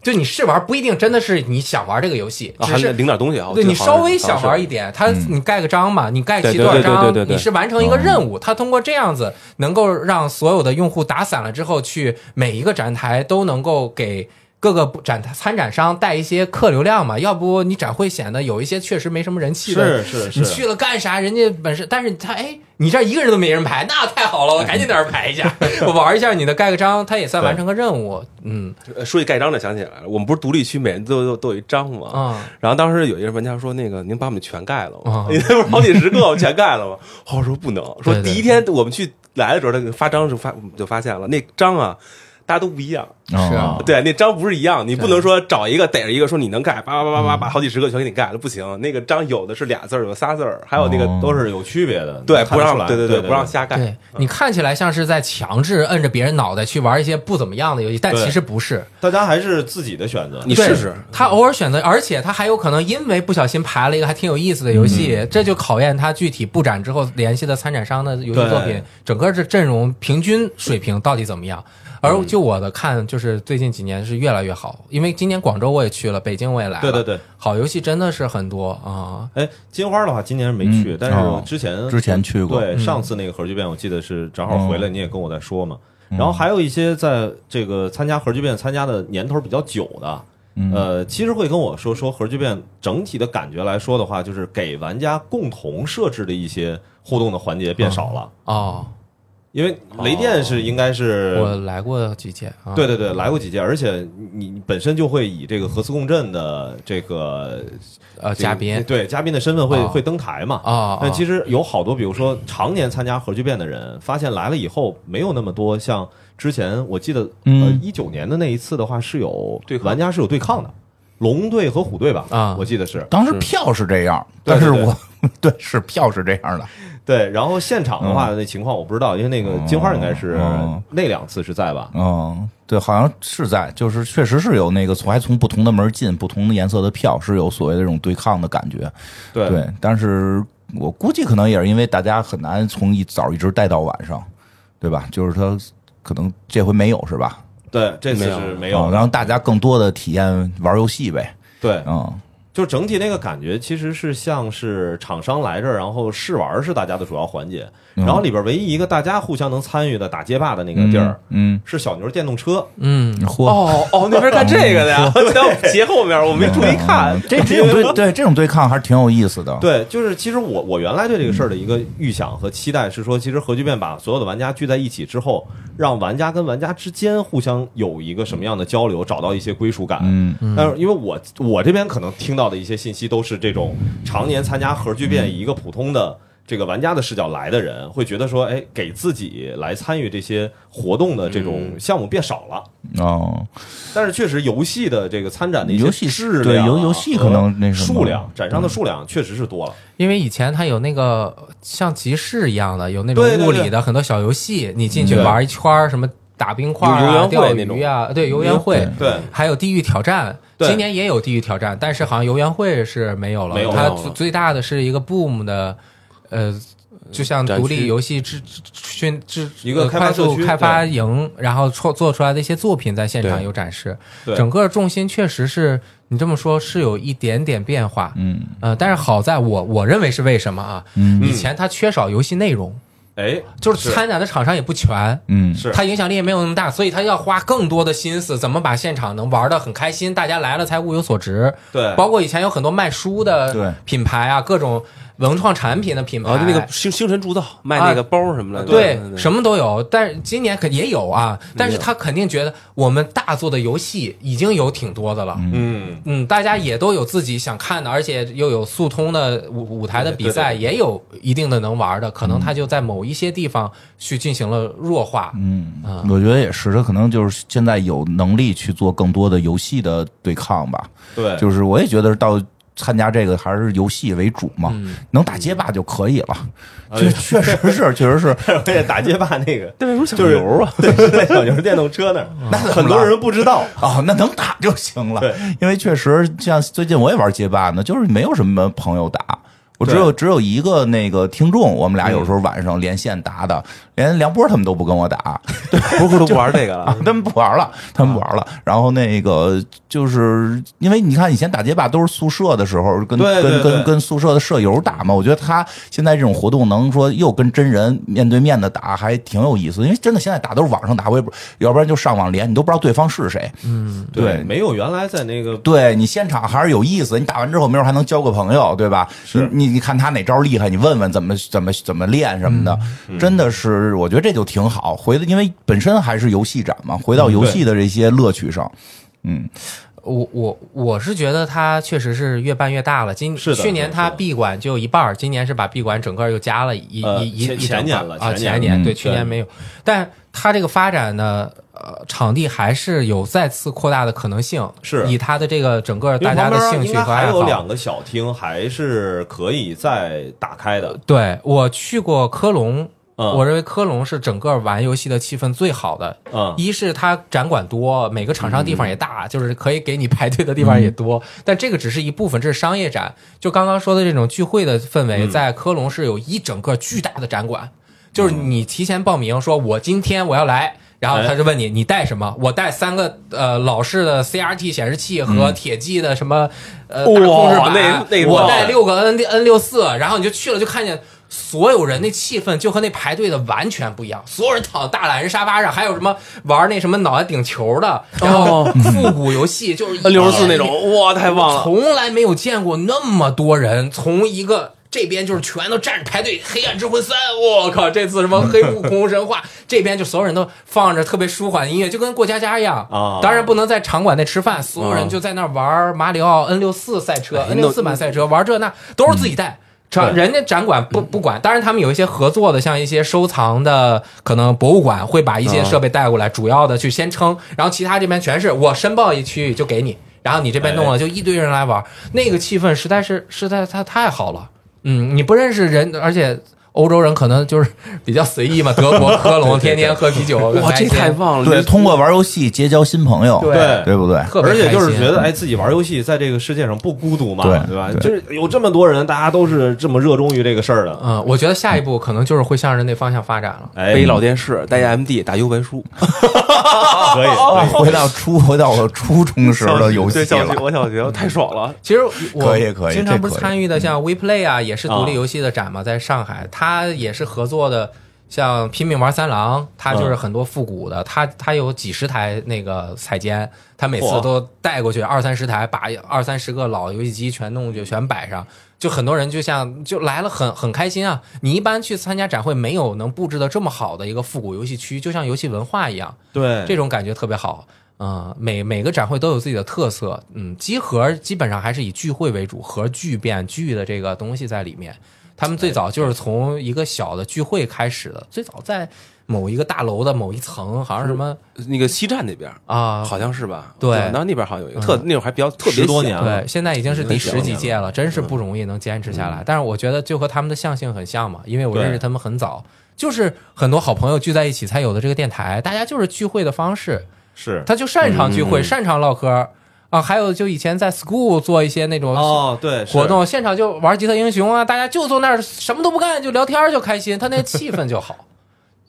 Speaker 4: 就你试玩不一定真的是你想玩这个游戏，
Speaker 3: 啊，
Speaker 4: 只
Speaker 3: 还
Speaker 4: 是
Speaker 3: 领点东西啊！我
Speaker 4: 对
Speaker 3: 记得
Speaker 4: 你
Speaker 3: 好像
Speaker 4: 稍微
Speaker 3: 是好像
Speaker 4: 想
Speaker 3: 是
Speaker 4: 玩一点，它你盖个章嘛，你盖
Speaker 3: 嗯对
Speaker 4: 起
Speaker 3: 对
Speaker 4: 多少
Speaker 3: 对对
Speaker 4: 章
Speaker 3: 对对，对嗯
Speaker 4: 你是完成一个任务。它通过这样子，能够让所有的用户打散了之后，去每一个展台都能够给。各个展参展商带一些客流量嘛，要不你展会显得有一些确实没什么人气的
Speaker 1: 是是是，
Speaker 4: 你去了干啥？人家本身，但是他哎，你这儿一个人都没人排，那太好了，我赶紧在这儿排 一下，我玩一下你的盖个章，它也算完成个任务。嗯
Speaker 3: 呃说起盖章的想起来了，我们不是独立区，每人都都都有一章吗？
Speaker 4: 啊，
Speaker 3: 然后当时有一个玩家说：“那个您把我们全盖了吗
Speaker 4: 啊？
Speaker 3: 您不是好几十个我们全盖了吗？”我说：“不能。”说
Speaker 4: 对对
Speaker 3: 第一天我们去来的时候，那个发章时候发我们就发现了，那章啊，大家都不一样。
Speaker 2: 是
Speaker 4: 啊
Speaker 3: 对，那章不是一样，你不能说找一个逮着一个说你能盖，叭叭叭叭
Speaker 4: 嗯
Speaker 3: 叭，把好几十个全给你盖了，不行。那个章有的是俩字儿，有的仨字儿，还有那个
Speaker 2: 哦
Speaker 1: 都是有区别的。
Speaker 3: 对
Speaker 1: 看
Speaker 3: 不
Speaker 1: 得出
Speaker 3: 让
Speaker 1: 来
Speaker 3: 对
Speaker 1: 对
Speaker 3: 对，
Speaker 1: 对，
Speaker 3: 不让瞎盖。
Speaker 1: 嗯
Speaker 4: 对你看起来像是在强制摁着别人脑袋去玩一些不怎么样的游戏，但
Speaker 1: 对
Speaker 4: 其实不是。
Speaker 1: 大家还是自己的选择。
Speaker 3: 你
Speaker 4: 对
Speaker 3: 试试，
Speaker 4: 他
Speaker 1: 嗯
Speaker 4: 偶尔选择，而且他还有可能因为不小心排了一个还挺有意思的游戏，
Speaker 1: 嗯
Speaker 4: 这就考验他具体布展之后联系的参展商的游戏作
Speaker 1: 对
Speaker 4: 品，整个这阵容平均水平到底怎么样。
Speaker 1: 嗯
Speaker 4: 而就我的看，就是最近几年是越来越好，因为今年广州我也去了，北京我也来了，
Speaker 1: 对对对，
Speaker 4: 好游戏真的是很多啊、
Speaker 1: 哎，金花的话今年没去，
Speaker 2: 嗯
Speaker 1: 但是我
Speaker 2: 哦
Speaker 1: 之前
Speaker 2: 之前去过
Speaker 1: 对，
Speaker 4: 嗯
Speaker 1: 上次那个核聚变，我记得是正好回来，
Speaker 2: 嗯
Speaker 1: 你也跟我在说嘛。然后还有一些在这个参加核聚变参加的年头比较久的，
Speaker 2: 嗯
Speaker 1: 呃，其实会跟我说说核聚变整体的感觉来说的话，就是给玩家共同设置的一些互动的环节变少了，
Speaker 4: 哦，
Speaker 1: 因为雷电
Speaker 2: 哦
Speaker 1: 是应该是
Speaker 4: 我来过几届啊，
Speaker 1: 对对对，来过几届，而且你你本身就会以这个核磁共振的这个这
Speaker 4: 呃，
Speaker 1: 个
Speaker 4: 嘉宾
Speaker 1: 对嘉宾的身份会
Speaker 4: 哦
Speaker 1: 会登台嘛。
Speaker 4: 啊，
Speaker 1: 但其
Speaker 4: 实
Speaker 1: 实有好多，比如说常年参加核聚变的人，发现来了以后没有那么多。像之前我记得，呃，
Speaker 2: 嗯
Speaker 1: 一九年的那一次的话是有
Speaker 3: 对抗
Speaker 1: 玩家是有对抗的，龙队和虎队吧？
Speaker 4: 啊
Speaker 1: 我记得是
Speaker 2: 当时票是这样，
Speaker 1: 对
Speaker 2: 但
Speaker 1: 对
Speaker 2: 是
Speaker 1: 对
Speaker 2: 我 对是票是这样的，
Speaker 1: 对。然后现场的话，那情况我不知道，因为那个金花应该是
Speaker 2: 哦
Speaker 1: 那两次是在吧？
Speaker 2: 嗯，对，好像是在，就是确实是有那个从还从不同的门进，不同的颜色的票是有所谓的这种对抗的感觉，
Speaker 1: 对
Speaker 2: 对，但是我估计可能也是因为大家很难从一早一直带到晚上，对吧？就是他可能这回没有是吧？
Speaker 1: 对这次
Speaker 3: 没有
Speaker 1: 是没
Speaker 2: 嗯
Speaker 1: 有的。
Speaker 2: 让大家更多的体验玩游戏呗，
Speaker 1: 对，
Speaker 2: 嗯，
Speaker 1: 就整体那个感觉其实是像是厂商来这儿，然后试玩是大家的主要环节，
Speaker 2: 嗯
Speaker 1: 然后里边唯一一个大家互相能参与的打街霸的那个呃地儿，
Speaker 2: 嗯，
Speaker 1: 是小牛电动车，
Speaker 4: 嗯，
Speaker 2: 嚯、
Speaker 3: 哦哦，那边干这个的呀，我叫斜后面，我没注意看
Speaker 2: 嗯，这这种对对这种对抗还是挺有意思的。
Speaker 1: 对，就是其实我我原来对这个事儿的一个预想和期待是说，其实核聚变把所有的玩家聚在一起之后，让玩家跟玩家之间互相有一个什么样的交流，找到一些归属感。
Speaker 2: 嗯，
Speaker 1: 但是因为我我这边可能听到的一些信息都是这种常年参加核聚变
Speaker 2: 嗯
Speaker 1: 以一个普通的这个玩家的视角来的人，会觉得说，哎，给自己来参与这些活动的这种
Speaker 2: 嗯
Speaker 1: 项目变少了。
Speaker 2: 哦，
Speaker 1: 但是确实，游戏的这个参展的一
Speaker 2: 游
Speaker 1: 些
Speaker 2: 戏
Speaker 1: 质
Speaker 2: 对
Speaker 1: 量啊、
Speaker 2: 游游戏可能那什么嗯
Speaker 1: 数量展商的数量确实是多了。
Speaker 4: 因为以前它有那个像集市一样的，有那种
Speaker 1: 对对
Speaker 4: 物
Speaker 1: 对
Speaker 4: 理的很多小游戏，你进去
Speaker 1: 对
Speaker 4: 玩一圈儿，什么打冰块
Speaker 3: 游游
Speaker 4: 啊、
Speaker 3: 园会
Speaker 4: 钓
Speaker 3: 那种
Speaker 4: 鱼啊，对，游园会，
Speaker 1: 对，
Speaker 4: 还有地狱挑战。
Speaker 1: 对
Speaker 4: 今年也有地狱挑战，但是好像游园会是没有了。
Speaker 1: 没有
Speaker 4: 它
Speaker 3: 了
Speaker 4: 最最大的是一个 Boom 的，呃，就像
Speaker 3: 展
Speaker 4: 独
Speaker 3: 区
Speaker 4: 立游戏制制训制
Speaker 1: 一个
Speaker 4: 呃
Speaker 1: 开发
Speaker 4: 快速
Speaker 1: 社区
Speaker 4: 开发营，然后创做出来的一些作品在现场
Speaker 3: 对
Speaker 4: 有展示。
Speaker 1: 对
Speaker 4: 整个重心确实是你这么说，是有一点点变化。
Speaker 2: 嗯
Speaker 4: 呃，但是好在我我认为是为什么啊？
Speaker 2: 嗯
Speaker 4: 以前它缺少游戏内容，
Speaker 1: 哎，
Speaker 4: 就是参展的厂商也不全，
Speaker 2: 嗯
Speaker 1: 是
Speaker 4: 它影响力也没有那么大，所以它要花更多的心思，怎么把现场能玩的很开心，大家来了才物有所值。
Speaker 1: 对
Speaker 4: 包括以前有很多卖书
Speaker 2: 对
Speaker 4: 的品牌啊，各种文创产品的品牌，
Speaker 3: 啊，就那个星星辰铸造卖那个包什么的，
Speaker 4: 哎啊对
Speaker 3: 对，
Speaker 4: 什么都有，但是今年可也有啊，但是他肯定觉得我们大做的游戏已经有挺多的了。
Speaker 1: 嗯，
Speaker 4: 嗯，大家也都有自己想看的，而且又有速通的舞舞台的比赛，
Speaker 1: 对对嗯
Speaker 4: 也有一定的能玩的，可能他就在某一些地方去进行了弱化。
Speaker 2: 嗯，
Speaker 1: 啊
Speaker 2: 我觉得也是，他可能就是现在有能力去做更多的游戏的对抗吧。
Speaker 1: 对，
Speaker 2: 就是我也觉得到参加这个还是游戏为主嘛，
Speaker 1: 嗯
Speaker 2: 能打街霸就可以了。
Speaker 1: 哎
Speaker 2: 这、确实是，确实是，
Speaker 1: 而且打街霸那个，
Speaker 3: 对，为
Speaker 1: 就
Speaker 3: 什么小
Speaker 1: 是
Speaker 3: 牛啊？
Speaker 1: 对，是在小牛 电动车那儿，
Speaker 2: 那怎
Speaker 1: 很
Speaker 2: 么
Speaker 1: 多
Speaker 2: 了
Speaker 1: 人不知道。
Speaker 2: 哦，那能打就行了
Speaker 1: 对。
Speaker 2: 因为确实像最近我也玩街霸呢，就是没有什么朋友打。我只有只有一个那个听众，我们俩
Speaker 3: 嗯
Speaker 2: 有时候晚上连线打的，连梁波他们都不跟我打，
Speaker 3: 不 是都不玩这个
Speaker 2: 啊
Speaker 3: 了，
Speaker 2: 他们不玩了，他们不玩了。然后那个就是因为你看以前打街霸都是宿舍的时候跟
Speaker 1: 对对
Speaker 2: 跟
Speaker 1: 对
Speaker 2: 跟跟宿舍的舍友打嘛，我觉得他现在这种活动能说又跟真人面对面的打还挺有意思，因为真的现在打都是网上打，我也不要不然就上网连，你都不知道对方是谁。对
Speaker 1: 没有原来在那个
Speaker 2: 对你现场还是有意思，你打完之后没准还能交个朋友，对吧？
Speaker 1: 是
Speaker 2: 你你你看他哪招厉害，你问问怎么怎么怎么练什么的，
Speaker 1: 嗯
Speaker 2: 真的是我觉得这就挺好。回的因为本身还是游戏展嘛，回到游戏的这些乐趣上，嗯，
Speaker 4: 我我我是觉得它确实是越办越大了。今
Speaker 1: 是的
Speaker 4: 去年它
Speaker 1: 是的
Speaker 4: 闭馆就一半儿，今年是把闭馆整个又加了一、
Speaker 1: 呃
Speaker 4: 一一
Speaker 1: 前
Speaker 4: 一整
Speaker 1: 前年
Speaker 4: 半
Speaker 1: 了
Speaker 4: 啊，
Speaker 1: 前年
Speaker 4: 前年
Speaker 2: 嗯
Speaker 4: 对，去年没有，但它这个发展呢，呃，场地还是有再次扩大的可能性，
Speaker 1: 是
Speaker 4: 以它的这个整个
Speaker 1: 因
Speaker 4: 大
Speaker 1: 为
Speaker 4: 家
Speaker 1: 旁
Speaker 4: 的
Speaker 1: 边
Speaker 4: 兴
Speaker 1: 应
Speaker 4: 趣
Speaker 1: 该
Speaker 4: 和
Speaker 1: 还
Speaker 4: 爱
Speaker 1: 有
Speaker 4: 好。
Speaker 1: 两个小厅还是可以再打开的。
Speaker 4: 对我去过科隆，
Speaker 1: 嗯
Speaker 4: 呃我认为科隆是整个玩游戏的气氛最好的。
Speaker 1: 嗯，
Speaker 4: 一是它展馆多，每个厂商地方也大，
Speaker 3: 嗯
Speaker 4: 就是可以给你排队的地方也多。但这个只是一部分，这是商业展。就刚刚说的这种聚会的氛
Speaker 3: 嗯
Speaker 4: 围，在科隆是有一整个巨大的展馆，就是你提前报名，说我今天我要来。然后他就问你，你带什么？我带三个呃老式的 CRT 显示器和铁记的什么呃大控制
Speaker 3: 嗯哇
Speaker 4: 板，
Speaker 3: 那那个
Speaker 4: 我
Speaker 3: 棒
Speaker 4: 带六个 N N 六四，然后你就去了，就看见所有人那气氛就和那排队的完全不一样，所有人躺大懒人沙发上，还有什么玩那什么脑袋顶球的，然后复古游戏，就是一
Speaker 3: 六十四那种，啊哇，太棒了！
Speaker 4: 从来没有见过那么多人从一个。这边就是全都站着排队，《黑暗之魂三》，我靠，这次什么黑悟空神话，这边就所有人都放着特别舒缓的音乐，就跟过家家一样
Speaker 1: 啊
Speaker 4: 当然不能在场馆内吃饭，所有
Speaker 3: 啊
Speaker 4: 人就在那儿玩马里奥 N 六四赛
Speaker 3: 哎
Speaker 4: 车、N 六四版赛车，玩这那都是自己带。
Speaker 3: 嗯
Speaker 4: 展人家展馆不不管，当然他们有一些合作的，像一些收藏的，可能博物馆会把一些设备带过
Speaker 3: 嗯
Speaker 4: 来，主要的去先撑，然后其他这边全是我申报一区域就给你，然后你这边
Speaker 3: 哎
Speaker 4: 弄了就一堆人来玩，那个气氛实在是实在它太好了，嗯，你不认识人，而且欧洲人可能就是比较随意嘛，德 国科隆天天喝啤酒，
Speaker 3: 哇，这太
Speaker 4: 棒！
Speaker 3: 棒了！
Speaker 2: 对，
Speaker 3: 你
Speaker 2: 通过玩游戏结交新朋友，
Speaker 1: 嗯对
Speaker 2: 对不对？
Speaker 4: 特别
Speaker 1: 而且就
Speaker 4: 开
Speaker 1: 是
Speaker 4: 心嗯
Speaker 1: 觉得，哎，自己玩游戏在这个世界上不孤独嘛，
Speaker 2: 对
Speaker 1: 对吧？
Speaker 2: 对
Speaker 1: 就是有这么多人，大家都是这么热衷于这个事儿的。
Speaker 4: 嗯，我觉得下一步可能就是会向着那方向发展了。
Speaker 1: 哎，
Speaker 3: 背老电视，带 MD，打 U 盘 书，
Speaker 1: 可以，
Speaker 4: 哦
Speaker 1: 可以
Speaker 2: 回到初回到我初中时候 的游戏
Speaker 3: 对小学
Speaker 2: 了，
Speaker 3: 我小学太爽了。
Speaker 4: 其实我
Speaker 2: 可以可以
Speaker 4: 经
Speaker 2: 这
Speaker 4: 常不是
Speaker 2: 可以嗯
Speaker 4: 参与的，像 WePlay 啊，也是独立
Speaker 1: 啊
Speaker 4: 游戏的展嘛，在上海，它也是合作的，像拼命玩三郎，它就是很多复古
Speaker 2: 嗯
Speaker 4: 的，它它有几十台那个彩监，它每次
Speaker 1: 嚯
Speaker 4: 都带过去二三十台，把二三十个老游戏机全弄过去，全摆上。就很多人就像就来了很很开心啊！你一般去参加展会，没有能布置的这么好的一个复古游戏区，就像游戏文化一样。
Speaker 3: 哎
Speaker 1: 对
Speaker 4: 这种感觉特别好。嗯，每每个展会都有自己的特色。嗯，集合基本上还是以聚会为主，和聚变聚的这个东西在里面。他们最早就是从一个小的聚会开始的，最早在某一个大楼的某一层，好像什么
Speaker 3: 那个西站那边
Speaker 4: 啊，
Speaker 3: 好像是吧？
Speaker 4: 对
Speaker 3: 然后那边好像有一个特，那会儿还比较特别
Speaker 1: 嗯十多
Speaker 3: 小
Speaker 1: 年了
Speaker 4: 对，现在已经是第十几届
Speaker 3: 很小嗯
Speaker 4: 了，真是不容易能坚持下来。但是我觉得就和他们的象性很像嘛，因为我
Speaker 1: 对
Speaker 4: 认识他们很早，就是很多好朋友聚在一起才有的这个电台，大家就是聚会的方式。
Speaker 1: 是
Speaker 4: 他就擅长聚
Speaker 1: 嗯
Speaker 4: 会，擅长唠嗑儿啊。还有就以前在 school 做一些那种
Speaker 1: 哦，对是
Speaker 4: 活动，现场就玩吉他英雄啊，大家就坐那儿什么都不干，就聊天儿就开心，他那气氛 就好，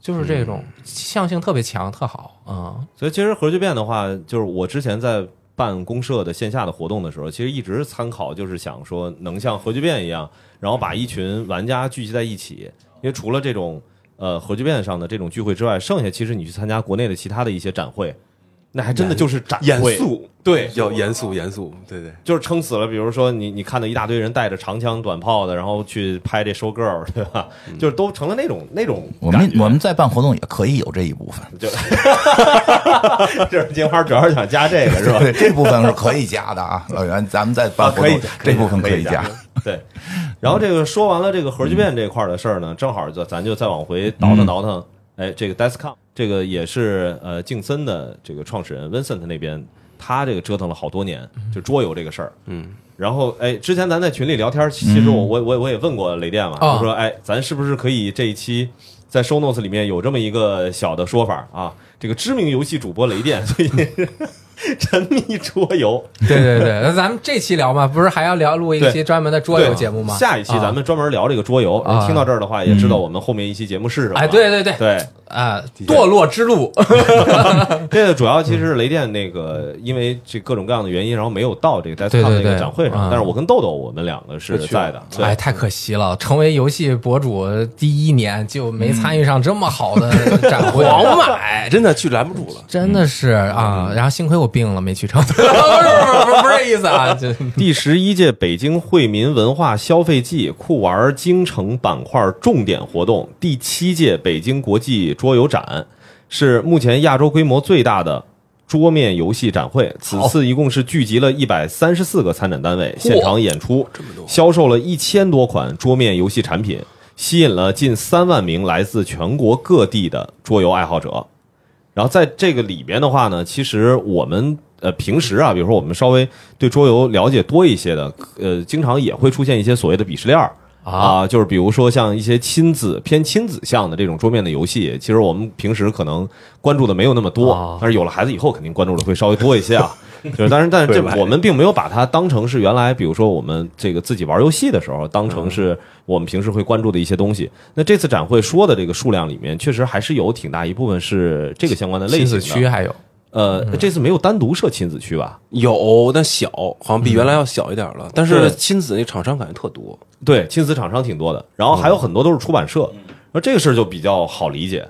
Speaker 4: 就是这种
Speaker 1: 嗯
Speaker 4: 向性特别强，特好嗯。
Speaker 1: 所以其实核聚变的话，就是我之前在办公社的线下的活动的时候，其实一直参考就是想说能像核聚变一样，然后把一群玩家聚集在一起，因为除了这种呃核聚变上的这种聚会之外，剩下其实你去参加国内的其他的一些展会， 那还真的就是展
Speaker 3: 严
Speaker 1: 会，
Speaker 3: 肃，
Speaker 1: 对，
Speaker 3: 要严肃严肃，对对。
Speaker 1: 就是撑死了。比如说你你看到一大堆人带着长枪短炮的，然后去拍这收 girl，对吧？就是都成了那种那种
Speaker 2: 嗯我
Speaker 1: 感
Speaker 2: 们
Speaker 1: 觉
Speaker 2: 我们在办活动也可以有这一部分，
Speaker 1: 就 就是金花主要是想加这个是吧？啊
Speaker 2: 对， 这部分是可以加的啊，老袁，咱们在办活
Speaker 1: 可以
Speaker 2: 动
Speaker 1: 加
Speaker 2: 这部分可以
Speaker 1: 加。 对，然后这个说完了这个核聚变这块儿的事儿呢，正好就咱就再往回倒腾倒腾。哎，这个 Descom 这个也是呃静森的这个创始人 Vincent 那边，他这个折腾了好多年，就桌游这个事儿。
Speaker 3: 嗯，
Speaker 1: 然后哎，之前咱在群里聊天，其实我我我我也问过雷电嘛，
Speaker 4: 啊
Speaker 1: 我说哎，咱是不是可以这一期在 show notes 里面有这么一个小的说法啊？这个知名游戏主播雷电 最近沉迷桌游，
Speaker 4: 对对对，那咱们这期聊嘛，不是还要聊录一期
Speaker 1: 对
Speaker 4: 专门的桌
Speaker 1: 对
Speaker 4: 游节目吗？
Speaker 1: 下一期咱们专门聊这个桌游。
Speaker 4: 啊
Speaker 1: 听到这儿的话，也知道我们后面一期节目是什么了。
Speaker 4: 哎，对对对，
Speaker 1: 对，
Speaker 4: 啊，堕落之路，
Speaker 1: 这个主要其实雷电那个，因为这各种各样的原因，然后没有到这个 d e s
Speaker 4: 对
Speaker 1: c
Speaker 4: 对
Speaker 1: o m 那
Speaker 4: 对
Speaker 1: 个展会上
Speaker 4: 嗯。
Speaker 1: 但是我跟豆豆我们两个是在的。
Speaker 4: 哎，
Speaker 1: 对，
Speaker 4: 太可惜了，成为游戏博主第一年就没参与上这么好的展 会，哎
Speaker 3: 狂买，真的去拦不住了。
Speaker 4: 真
Speaker 1: 嗯
Speaker 4: 的是啊，然后幸亏我病了没 去成，不是不是不是不是这意思啊，就
Speaker 1: 第十一届北京惠民文化消费季酷玩京城板块重点活动，第七届北京国际桌游展是目前亚洲规模最大的。桌面游戏展会，此次一共是聚集了一百三十四个参展单位，现场演出，销售了一千多款桌面游戏产品，吸引了近三万名来自全国各地的桌游爱好者。然后在这个里边的话呢，其实我们呃平时啊，比如说我们稍微对桌游了解多一些的，呃，经常也会出现一些所谓的鄙视链儿。啊，就是比如说像一些亲子偏亲子向的这种桌面的游戏，其实我们平时可能关注的没有那么多，
Speaker 4: 啊
Speaker 1: 但是有了孩子以后，肯定关注的会稍微多一些 啊。就是，但是但是这我们并没有把它当成是原来，比如说我们这个自己玩游戏的时候，当成是我们平时会关注的一些东西。那这次展会说的这个数量里面，确实还是有挺大一部分是这个相关的类
Speaker 4: 亲
Speaker 1: 型
Speaker 4: 子
Speaker 1: 的。
Speaker 4: 区啊还有
Speaker 1: 呃，这次没有单独设亲子区吧？
Speaker 3: 有，但小，好像比原来要小一点了。但是
Speaker 1: 对
Speaker 3: 亲子那厂商感觉特多，
Speaker 1: 对，亲子厂商挺多的，然后还有很多都是出版社。那这个事儿就比较好理解，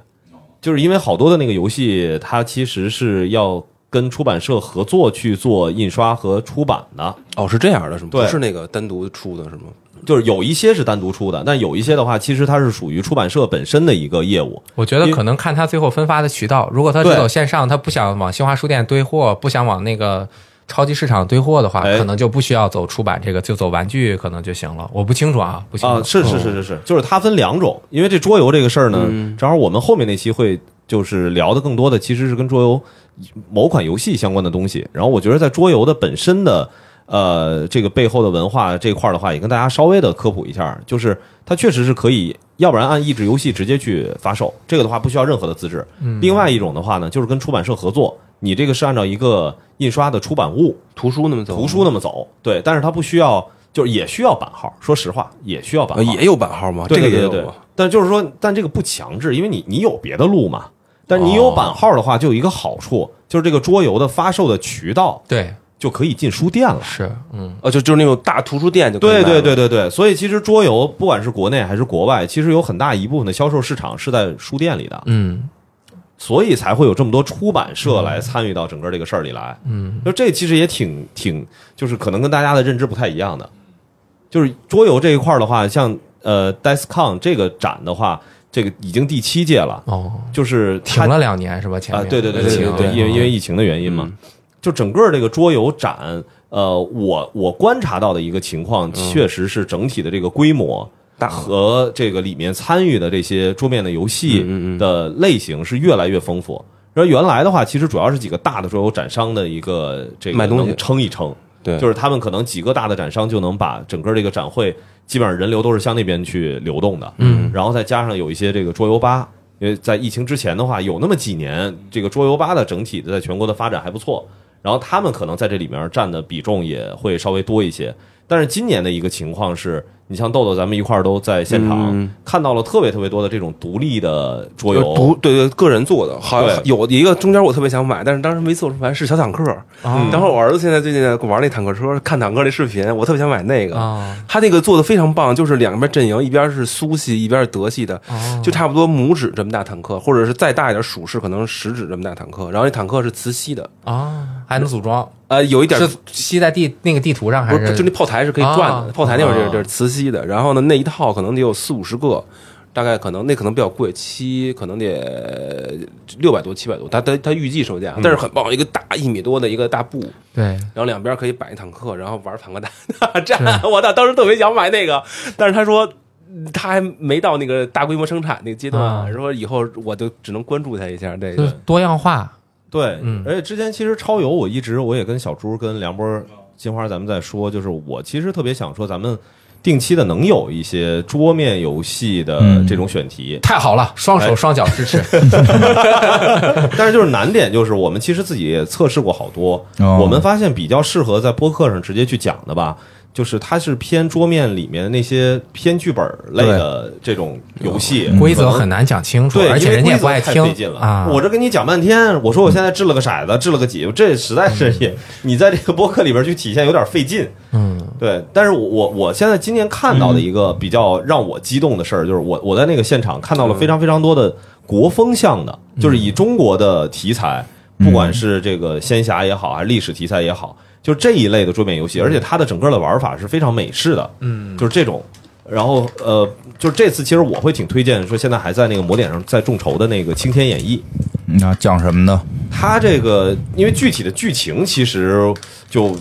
Speaker 1: 就是因为好多的那个游戏，它其实是要跟出版社合作去做印刷和出版的。
Speaker 3: 哦，是这样的，是吗？
Speaker 1: 对
Speaker 3: 不是那个单独出的，是吗？
Speaker 1: 就是有一些是单独出的，但有一些的话，其实它是属于出版社本身的一个业务。
Speaker 4: 我觉得可能看他最后分发的渠道，如果他只
Speaker 1: 对
Speaker 4: 走线上，他不想往新华书店堆货，不想往那个超级市场堆货的话，
Speaker 1: 哎
Speaker 4: 可能就不需要走出版这个，就走玩具可能就行了。我不清楚啊，不清楚。
Speaker 1: 啊，是是是是嗯是，就是它分两种，因为这桌游这个事儿呢，正好我们后面那期会就是聊的更多的其实是跟桌游某款游戏相关的东西。然后我觉得在桌游的本身的呃，这个背后的文化这块儿的话，也跟大家稍微的科普一下，就是它确实是可以，要不然按益智游戏直接去发售，这个的话不需要任何的资质。另外一种的话呢，就是跟出版社合作，你这个是按照一个印刷的出版物
Speaker 3: 图书那么走，
Speaker 1: 图书那么走，对，但是它不需要，就是也需要版号，说实话也需要版
Speaker 3: 呃
Speaker 1: 号，
Speaker 3: 也有版号吗？
Speaker 1: 对
Speaker 3: 这
Speaker 1: 对
Speaker 3: 个也
Speaker 1: 对
Speaker 3: 有
Speaker 1: 对
Speaker 3: 吗，
Speaker 1: 啊但就是说，但这个不强制，因为你你有别的路嘛。但是你有版号的话，就有一个好处，就是这个桌游的发售的渠道
Speaker 4: 对，
Speaker 1: 就可以进书店了。
Speaker 4: 是，嗯，
Speaker 3: 哦，就就是那种大图书店就可以
Speaker 1: 对
Speaker 3: 买
Speaker 1: 对
Speaker 3: 了
Speaker 1: 对对对，所以其实桌游不管是国内还是国外，其实有很大一部分的销售市场是在书店里的，
Speaker 4: 嗯，
Speaker 1: 所以才会有这么多出版社来参与到整个这个事儿里来。
Speaker 4: 嗯，
Speaker 1: 就这其实也挺挺，就是可能跟大家的认知不太一样的。就是桌游这一块儿的话，像呃 DiceCon 这个展的话，这个已经第七届了，
Speaker 4: 哦，
Speaker 1: 就是它
Speaker 4: 停了两年是吧？前
Speaker 1: 啊，
Speaker 4: 面
Speaker 1: 对对对
Speaker 4: 疫
Speaker 1: 对
Speaker 4: 情
Speaker 1: 对对，因
Speaker 3: 嗯
Speaker 1: 为因为疫情的原因嘛，就整个这个桌游展，呃，我我观察到的一个情况，确实是整体的这个规模。
Speaker 3: 嗯大
Speaker 1: 和这个里面参与的这些桌面的游戏
Speaker 3: 嗯嗯嗯
Speaker 1: 的类型是越来越丰富。然后原来的话，其实主要是几个大的桌游展商的一个这个
Speaker 3: 卖东西
Speaker 1: 能撑一撑，
Speaker 3: 对，
Speaker 1: 就是他们可能几个大的展商就能把整个这个展会基本上人流都是向那边去流动的，嗯，然后再加上有一些这个桌游吧，因为在疫情之前的话，有那么几年这个桌游吧的整体的在全国的发展还不错，然后他们可能在这里面占的比重也会稍微多一些。但是今年的一个情况是，你像豆豆，咱们一块儿都在现场、
Speaker 3: 嗯
Speaker 1: 看到了特别特别多的这种独立的桌
Speaker 3: 有
Speaker 1: 游，
Speaker 3: 呃独对对个人做的，好像
Speaker 1: 对
Speaker 3: 有一个中间我特别想买，但是当时没做出来是小坦克。
Speaker 4: 啊
Speaker 3: 然后我儿子现在最近玩那坦克车，看坦克那视频，我特别想买那个。
Speaker 4: 啊，
Speaker 3: 他那个做的非常棒，就是两边阵营，一边是苏系，一边是德系的，
Speaker 1: 哦
Speaker 4: 啊哦
Speaker 3: 就差不多拇指这么大坦克，或者是再大一点，鼠式可能食指这么大坦克。然后那坦克是磁吸的，
Speaker 4: 啊，还能组装，
Speaker 3: 呃，有一点
Speaker 4: 是吸在地那个地图上还
Speaker 3: 不是，
Speaker 4: 是
Speaker 3: 就那炮台是可以转
Speaker 4: 啊
Speaker 3: 的，炮台那会儿就是
Speaker 1: 啊
Speaker 3: 就是磁吸的，然后呢，那一套可能得有四五十个，大概可能那可能比较贵，七可能得六百多七百多，它它它预计售价，
Speaker 4: 嗯
Speaker 3: 但是很棒，一个大一米多的一个大布，
Speaker 4: 对，
Speaker 3: 然后两边可以摆一坦克，然后玩坦克 大大战，我操，当时特别想买那个，但是他说。他还没到那个大规模生产那个阶段，
Speaker 4: 啊
Speaker 3: 说以后我就只能关注他一下这
Speaker 4: 就是
Speaker 3: 个。
Speaker 4: 多样化，
Speaker 1: 对，
Speaker 4: 嗯
Speaker 1: 而且之前其实超游，我一直我也跟小朱、跟梁波、金花咱们在说，就是我其实特别想说，咱们定期的能有一些桌面游戏的
Speaker 2: 嗯
Speaker 1: 这种选题，
Speaker 4: 太好了，双
Speaker 1: 哎
Speaker 4: 手双脚 支持，
Speaker 1: 但是就是难点就是我们其实自己也测试过好多，
Speaker 2: 哦
Speaker 1: 我们发现比较适合在播客上直接去讲的吧。就是它是偏桌面里面那些偏剧本类的这种游戏，
Speaker 4: 嗯规则
Speaker 1: 可能
Speaker 4: 很难讲清楚，
Speaker 1: 对，
Speaker 4: 而且
Speaker 1: 因为
Speaker 4: 人家也不
Speaker 1: 规则
Speaker 4: 爱
Speaker 1: 太
Speaker 4: 听
Speaker 1: 费劲了
Speaker 4: 啊。
Speaker 1: 我这跟你讲半天，我说我现在掷了个骰子，掷了个几，这实在是也， 你在这个播客里边去体现有点费劲。
Speaker 4: 嗯
Speaker 1: 对，但是我我我现在今年看到的一个比较让我激动的事儿，就是我我在那个现场看到了非
Speaker 4: 嗯
Speaker 1: 常非常多的国风向的，就是以中国的题材，不
Speaker 4: 嗯
Speaker 1: 管是这个仙侠也好，还是历史题材也好，就这一类的桌面游戏，而且
Speaker 4: 嗯
Speaker 1: 它的整个的玩法是非常美式的，嗯，就是这种。然后呃，就是这次其实我会挺推荐说，现在还在那个魔点上在众筹的那个《青天演义》，
Speaker 2: 嗯那讲什么呢？
Speaker 1: 它这个因为具体的剧情其实就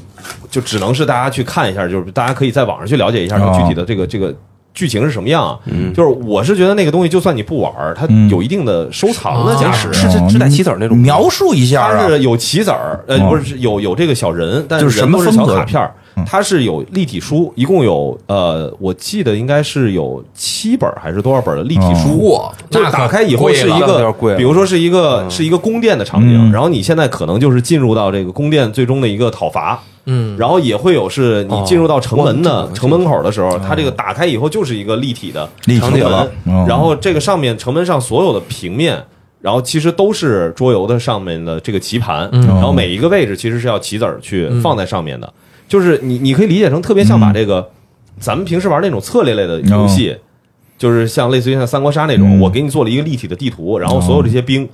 Speaker 1: 就只能是大家去看一下，就是大家可以在网上去了解一下它
Speaker 2: 哦
Speaker 1: 具体的这个这个剧情是什么样啊。
Speaker 3: 嗯
Speaker 1: 就是我是觉得那个东西就算你不玩儿，它有一定的收藏的价值。
Speaker 3: 啊
Speaker 1: 啊
Speaker 3: 是是是带棋子儿那种
Speaker 2: 嗯描述一下
Speaker 1: 它
Speaker 2: 啊，
Speaker 1: 是有棋子儿，呃，
Speaker 2: 哦
Speaker 1: 不是有有这个小人，但
Speaker 2: 就是什
Speaker 1: 人
Speaker 2: 么
Speaker 1: 都是小
Speaker 2: 风格嗯
Speaker 1: 卡片儿，它是有立体书，一共有呃，我记得应该是有七本儿还是多少本儿的立体
Speaker 2: 哦
Speaker 1: 书，
Speaker 4: 哇，
Speaker 1: 就是打开以后是一
Speaker 3: 那可贵了
Speaker 1: 个
Speaker 3: 有点贵，了嗯
Speaker 1: 比如说是一个是一个宫殿的场景，
Speaker 2: 嗯
Speaker 1: 然后你现在可能就是进入到这个宫殿最终的一个讨伐，
Speaker 4: 嗯，
Speaker 1: 然后也会有是你进入到城门
Speaker 3: 哦哇
Speaker 1: 的
Speaker 3: 这个
Speaker 1: 城门口的时候，它这个打开以后就是一个立体的
Speaker 2: 立体
Speaker 1: 城门
Speaker 2: 了
Speaker 3: 哦
Speaker 2: 嗯
Speaker 1: 然后这个上面城门上所有的平面。然后其实都是桌游的上面的这个棋盘，
Speaker 3: 嗯
Speaker 1: 然
Speaker 3: 哦
Speaker 1: 后每一个位置其实是要棋子儿去放在上面的，就是你你可以理解成特别像
Speaker 3: 嗯
Speaker 1: 把这个咱们平时玩那种策略类的游
Speaker 3: 哦
Speaker 1: 戏，就是像类似于像三国杀那种，
Speaker 2: 嗯
Speaker 1: 我给你做了一个立体的地图，然后所有这些兵，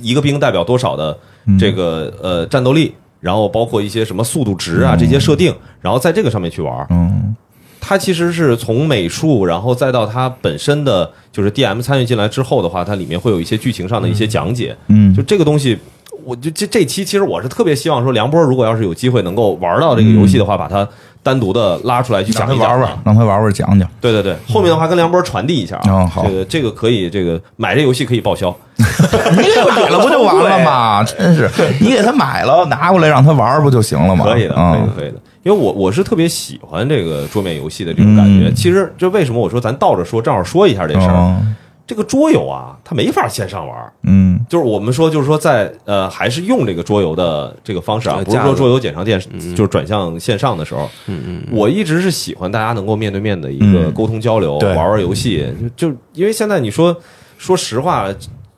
Speaker 1: 一个兵代表多少的
Speaker 2: 嗯
Speaker 1: 这个呃战斗力，然后包括一些什么速度值啊这些设定，然后在这个上面去玩。
Speaker 2: 嗯，
Speaker 1: 它其实是从美术，然后再到它本身的就是 DM 参与进来之后的话，它里面会有一些剧情上的一些讲解。
Speaker 2: 嗯
Speaker 1: 就这个东西，我就这这期其实我是特别希望说，梁波如果要是有机会能够玩到这个游戏的话，把它单独的拉出来去
Speaker 2: 让
Speaker 1: 讲
Speaker 2: 他
Speaker 1: 一讲
Speaker 2: 玩玩，让他玩玩讲讲。
Speaker 1: 对对对，后面的话跟梁波传递一下啊。
Speaker 2: 嗯好
Speaker 1: 这个这个可以，这个买这游戏可以报销。
Speaker 2: 你给我买了不就啊完了吗？真是，你给他买了，拿过来让他玩儿不就行了吗？
Speaker 1: 可以的，可以的，
Speaker 2: 嗯，
Speaker 1: 可以的。因为我我是特别喜欢这个桌面游戏的这种感觉。
Speaker 2: 嗯
Speaker 1: 其实这为什么我说咱倒着说，正好说一下这事儿。
Speaker 2: 哦
Speaker 1: 这个桌游啊，它没法线上玩儿，
Speaker 2: 嗯
Speaker 1: 就是我们说，就是说在呃，还是用这个桌游的这个方式啊，
Speaker 3: 呃
Speaker 1: 不是
Speaker 3: 架
Speaker 1: 说
Speaker 3: 子
Speaker 1: 桌游减上电，就是转向线上的时候，
Speaker 3: 嗯嗯，
Speaker 1: 我一直是喜欢大家能够面对面的一个
Speaker 2: 嗯
Speaker 1: 沟通交流，
Speaker 2: 对
Speaker 1: 玩玩游戏。就就因为现在你说，说实话，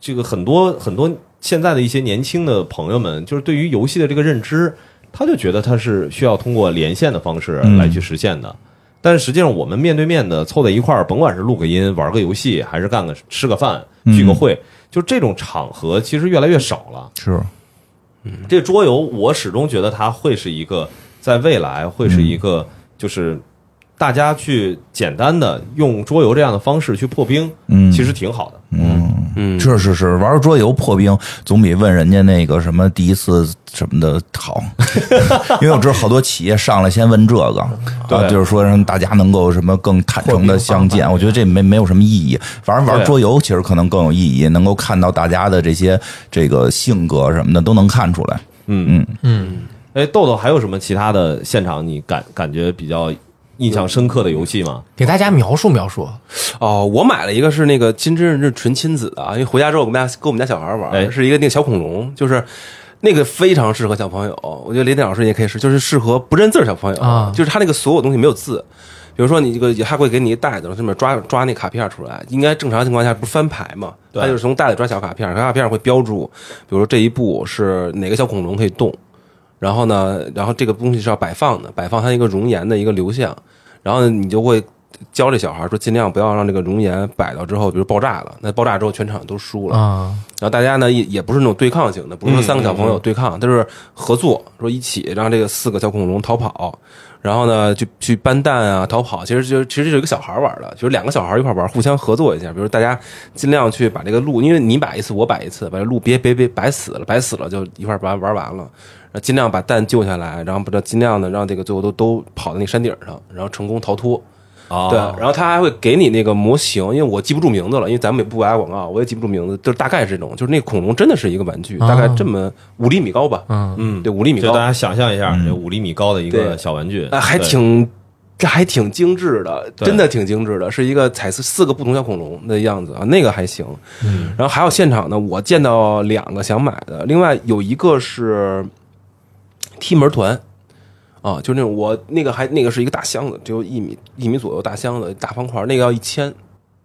Speaker 1: 这个很多很多现在的一些年轻的朋友们，就是对于游戏的这个认知，他就觉得它是需要通过连线的方式
Speaker 2: 嗯
Speaker 1: 来去实现的。但是实际上，我们面对面的凑在一块儿，甭管是录个音、玩个游戏，还是干个吃个饭、聚
Speaker 2: 嗯
Speaker 1: 个会，就这种场合其实越来越少了。
Speaker 2: 是
Speaker 1: 这桌游，我始终觉得它会是一个，在未来会是
Speaker 2: 嗯
Speaker 1: 一个，就是大家去简单的用桌游这样的方式去破冰，
Speaker 2: 嗯
Speaker 1: 其实挺好的。
Speaker 2: 嗯
Speaker 3: 嗯
Speaker 2: 是是是，玩桌游破冰总比问人家那个什么第一次什么的 好，因为我知道好多企业上来先问这个， 啊
Speaker 1: 对
Speaker 2: 就是说让大家能够什么更坦诚的相见，我觉得这没没有什么意义。反正玩
Speaker 1: 对
Speaker 2: 桌游其实可能更有意义，能够看到大家的这些这个性格什么的都能看出来。
Speaker 1: 哎，豆豆还有什么其他的现场你感感觉比较印象深刻的游戏吗？
Speaker 4: 给大家描述描述，
Speaker 3: 哦，我买了一个是那个金真是纯亲子的啊，因为回家之后我跟家跟我们家小孩玩，
Speaker 1: 哎
Speaker 3: 是一个那个小恐龙，就是那个非常适合小朋友。我觉得雷电老师也可以试，就是适合不认字儿小朋友，
Speaker 4: 啊
Speaker 3: 就是他那个所有东西没有字。比如说你这个，他会给你一袋子，上面抓抓那卡片出来。应该正常情况下不是翻牌嘛？
Speaker 1: 对
Speaker 3: 他就是从袋子抓小卡片，小卡片会标注，比如说这一步是哪个小恐龙可以动，然后呢，然后这个东西是要摆放的，摆放它一个熔岩的一个流向，然后呢你就会教这小孩说，尽量不要让这个熔岩摆到之后，比如爆炸了，那爆炸之后全场都输了。
Speaker 4: 啊，
Speaker 1: 嗯
Speaker 3: 然后大家呢也也不是那种对抗型的，不是说三个小朋友对抗，都、是合作，说一起让这个四个小恐龙逃跑，然后呢就去搬蛋啊逃跑。其实就其实就是一个小孩玩的，就是两个小孩一块玩，互相合作一下。比如大家尽量去把这个路，因为你摆一次我摆一次，把这路别别别摆死了，摆死了就一块玩玩完了。然后尽量把蛋救下来，然后不知道尽量的让这个最后都都跑到那山顶上，然后成功逃脱。
Speaker 1: 啊
Speaker 3: 对，然后他还会给你那个模型，因为我记不住名字了，因为咱们也不挨广告，我也记不住名字，就是大概是这种，就是那恐龙真的是一个玩具，
Speaker 4: 啊
Speaker 3: 大概这么五厘米高吧，
Speaker 4: 嗯，
Speaker 1: 嗯，
Speaker 3: 对，五厘米
Speaker 1: 就
Speaker 3: 高
Speaker 1: 大，家想象一下，这五厘米高的一个
Speaker 3: 对
Speaker 1: 小玩具，
Speaker 3: 啊，还
Speaker 1: 对
Speaker 3: 挺，这还挺精致的，
Speaker 1: 对
Speaker 3: 真的挺精致的，是一个彩色四个不同小恐龙的样子啊，那个还行。然后还有现场呢，我见到两个想买的，另外有一个是踢门团。啊，就那种我那个还那个是一个大箱子，只有一米一米左右大箱子，大方块，那个要一千，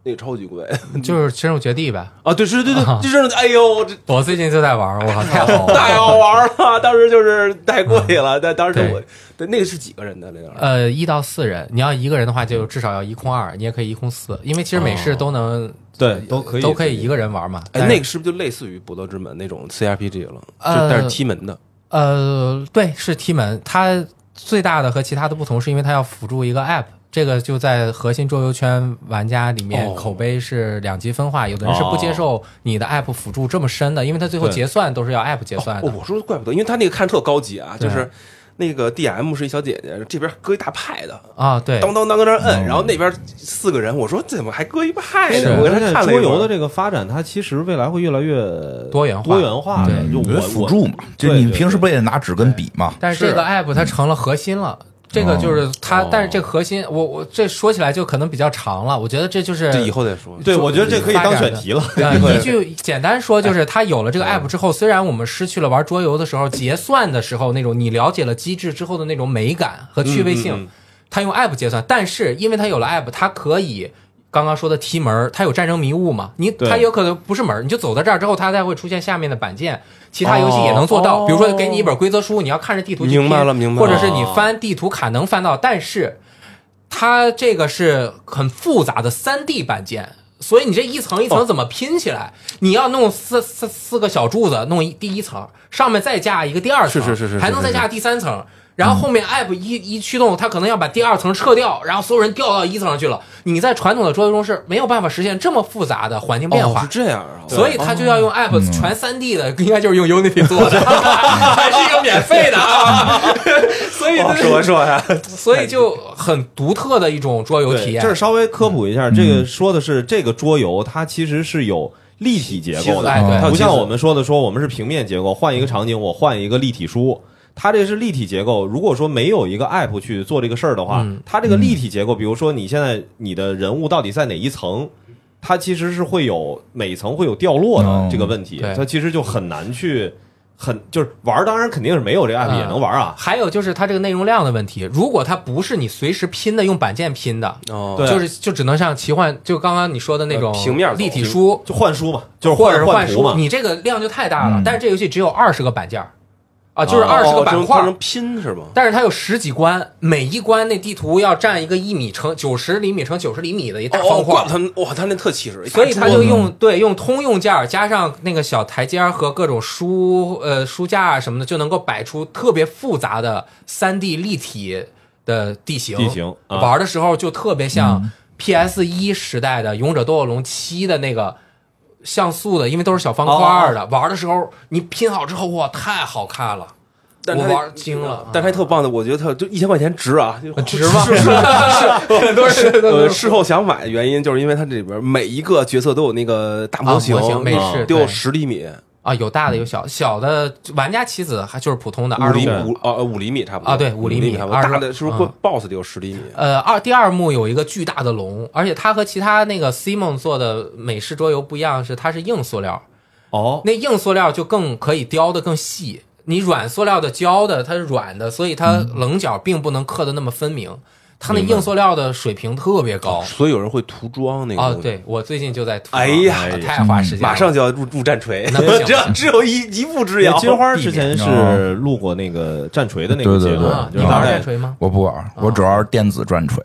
Speaker 3: 那个超级贵。
Speaker 4: 啊就是深入绝地呗。
Speaker 3: 啊，对，是，对对，就是，哎呦，这
Speaker 4: 我最近就在玩儿，我靠，太好 玩
Speaker 3: 太
Speaker 4: 了。
Speaker 3: 好玩了，当时就是太贵了，但当时
Speaker 4: 对
Speaker 3: 我，对，那个是几个人的那个？
Speaker 4: 呃，一到四人，你要一个人的话，就至少要一控二，你也可以一控四，因为其实每式都能
Speaker 1: 对，哦都可以
Speaker 4: 都可以一个人玩嘛。
Speaker 3: 哎，
Speaker 4: 但是
Speaker 3: 那个是不是就类似于《搏斗之门》那种 CRPG 了？就
Speaker 4: 呃
Speaker 3: 但是踢门的，
Speaker 4: 呃，对，是踢门，它最大的和其他的不同是因为它要辅助一个 app。这个就在核心桌游圈玩家里面
Speaker 3: 哦
Speaker 4: 口碑是两极分化，有的人是不接受你的 app 辅助这么深的，因为它最后
Speaker 1: 对
Speaker 4: 结算都是要 app 结算
Speaker 3: 哦
Speaker 4: 的。，
Speaker 3: 我说怪不得，因为他那个看着特高级啊，
Speaker 4: 对
Speaker 3: 就是那个 DM 是一小姐姐，这边搁一大派的。
Speaker 4: 啊，对，
Speaker 3: 哦当当当搁那儿摁，然后那边四个人，我说怎么还搁一 派
Speaker 4: 是
Speaker 3: 呢？
Speaker 1: 我
Speaker 3: 我跟他
Speaker 1: 现在
Speaker 3: 看了
Speaker 1: 啊桌
Speaker 3: 一
Speaker 1: 游
Speaker 3: 会
Speaker 1: 的
Speaker 3: 儿
Speaker 1: 这个发展，它其实未来会越来越
Speaker 4: 多元化
Speaker 1: 多元化的。就
Speaker 2: 觉得
Speaker 1: 我
Speaker 2: 辅
Speaker 1: 我
Speaker 2: 助嘛，就
Speaker 1: 对
Speaker 2: 你
Speaker 1: 对
Speaker 2: 平时不也得拿纸跟笔嘛？
Speaker 4: 但是这
Speaker 3: 是哦
Speaker 4: 个 app 它成了核心了。这个就是它，但是这个核心，我我这说起来就可能比较长了。我觉得这就是
Speaker 3: 这以后再说。
Speaker 1: 对，我觉得这可以当选题了。
Speaker 4: 呃一句简单说，就是它有
Speaker 3: 嗯
Speaker 4: 了这个 app 之后，虽然我们失去了玩桌游的时候结算的时候那种你了解了机制之后的那种美感和趣味
Speaker 3: 嗯
Speaker 4: 性，它用 app 结算，但是因为它有了 app，它可以。刚刚说的踢门，它有战争迷雾嘛？你
Speaker 1: 对
Speaker 4: 它有可能不是门，你就走到这儿之后，它才会出现下面的板件。其他游戏也能做到，
Speaker 3: 哦
Speaker 4: 比如说给你一本规则书，你要看着地图去拼
Speaker 3: 明白了明白了
Speaker 4: 或者是你翻地图卡能翻到，但是它这个是很复杂的三 D 板件，所以你这一层一
Speaker 3: 哦
Speaker 4: 层怎么拼起来？你要弄四四四个小柱子，弄一第一层，上面再架一个第二层，
Speaker 3: 是是是是是
Speaker 4: 还能再架第三层。然后后面 app 一一驱动，它可能要把第二层撤掉，然后所有人调到一层上去了。你在传统的桌游中是没有办法实现这么复杂的环境变
Speaker 3: 哦，
Speaker 4: 化，
Speaker 3: 是这样嗯啊，
Speaker 4: 所以他就要用 app 传三 D 的，应该就是用 Unity 做的， 还是一个免费的啊。 所以
Speaker 3: 哦
Speaker 4: 这
Speaker 3: 说说呀，
Speaker 4: 所以就很独特的一种桌游体
Speaker 1: 对，
Speaker 4: 验。嗯
Speaker 1: 这儿稍微科普一下，这个说的是这个桌游，它其实是有立体结构的，
Speaker 4: 哎对
Speaker 1: 它不
Speaker 3: 它有
Speaker 1: 像
Speaker 3: 棋子
Speaker 1: 我们说的说我们是平面结构，换一个场景我换一个立体书。它这是立体结构。如果说没有一个 app 去做这个事儿的话，
Speaker 4: 嗯
Speaker 1: 它这个立体结构，比如说你现在你的人物到底在哪一层，它其实是会有每层会有掉落
Speaker 2: 哦
Speaker 1: 的这个问题，
Speaker 4: 嗯对
Speaker 1: 它其实就很难去很就是玩儿，当然肯定是没有这个 app
Speaker 4: 嗯
Speaker 1: 也能玩儿啊。
Speaker 4: 还有就是它这个内容量的问题，如果它不是你随时拼的，用板件拼的，
Speaker 3: 哦，
Speaker 1: 对
Speaker 4: 就是就只能像奇幻，就刚刚你说的那种
Speaker 3: 呃平面走
Speaker 4: 立体书，
Speaker 1: 就换书嘛，就是
Speaker 4: 或者是
Speaker 1: 换
Speaker 4: 幻
Speaker 1: 图
Speaker 4: 书，
Speaker 1: 嘛，
Speaker 4: 你这个量就太大了。
Speaker 2: 嗯
Speaker 4: 但是这游戏只有二十个板件儿啊，就是
Speaker 1: 哦
Speaker 4: 二十个
Speaker 3: 这
Speaker 4: 板
Speaker 3: 种
Speaker 4: 块
Speaker 3: 这
Speaker 4: 儿。
Speaker 3: 种拼是吗？
Speaker 4: 但是它有十几关，每一关那地图要占一个一米乘九十厘米乘九十厘米的一大
Speaker 3: 哦，
Speaker 4: 方
Speaker 3: 怪
Speaker 4: 块
Speaker 3: 不，他们哇，他那特气势，哎
Speaker 4: 所以它就用对用通用件儿加上那个小台阶儿和各种书呃书架啊什么的，就能够摆出特别复杂的三 D 立体的地形。
Speaker 1: 地形啊
Speaker 4: 玩的时候就特别像 PS 一时代的《勇者斗恶龙七》的那个。像素的，因为都是小方块儿
Speaker 1: 哦
Speaker 4: 的，玩的时候你拼好之后，哇，太好看了！
Speaker 3: 但嗯
Speaker 4: 我
Speaker 3: 他
Speaker 4: 玩惊了，啊
Speaker 3: 但还特棒的，我觉得特就一千块钱 值啊，就
Speaker 4: 值 吗？
Speaker 3: 是
Speaker 4: 是很多人
Speaker 3: 呃，
Speaker 4: 都
Speaker 3: 事后想买的原因就是因为它这里边每一个角色都有那个大模型，
Speaker 4: 啊模型美式
Speaker 3: 丢
Speaker 4: 对
Speaker 3: 十厘米，
Speaker 4: 啊，有大的有小，小的玩家棋子还就是普通的
Speaker 3: 五
Speaker 4: 二
Speaker 3: 厘
Speaker 4: 十
Speaker 3: 米五呃五厘米差不多
Speaker 4: 啊对
Speaker 3: 五
Speaker 4: 五厘米
Speaker 3: 米差不多，
Speaker 4: 二十
Speaker 3: 大的是不是
Speaker 4: 嗯
Speaker 3: BOSS 得有十厘米？
Speaker 4: 呃，二第二幕有一个巨大的龙，而且它和其他那个 Simon 做的美式桌游不一样，是它是硬塑料，
Speaker 1: 哦，
Speaker 4: 那硬塑料就更可以雕的更细。你软塑料的胶的，它是软的，所以它棱角并不能刻的那么分明。它那硬塑料的水平特别高
Speaker 3: 所以有人会涂装那个
Speaker 4: 啊！
Speaker 3: 东西，
Speaker 4: 对我最近就在涂，
Speaker 3: 哎呀
Speaker 4: 啊太花时间了，
Speaker 3: 马上就要入入战锤
Speaker 4: 那不，行
Speaker 3: 只要只有一一步之
Speaker 1: 因
Speaker 3: 遥
Speaker 1: 为。金花之
Speaker 3: 避免
Speaker 1: 前是录过那个战锤的那个
Speaker 2: 啊对
Speaker 1: 节
Speaker 2: 对
Speaker 1: 目
Speaker 2: 对，
Speaker 4: 啊！
Speaker 1: 就
Speaker 4: 你
Speaker 1: 是
Speaker 4: 玩
Speaker 1: 大概
Speaker 4: 战锤吗？
Speaker 2: 我不玩儿，我主要是电子转锤。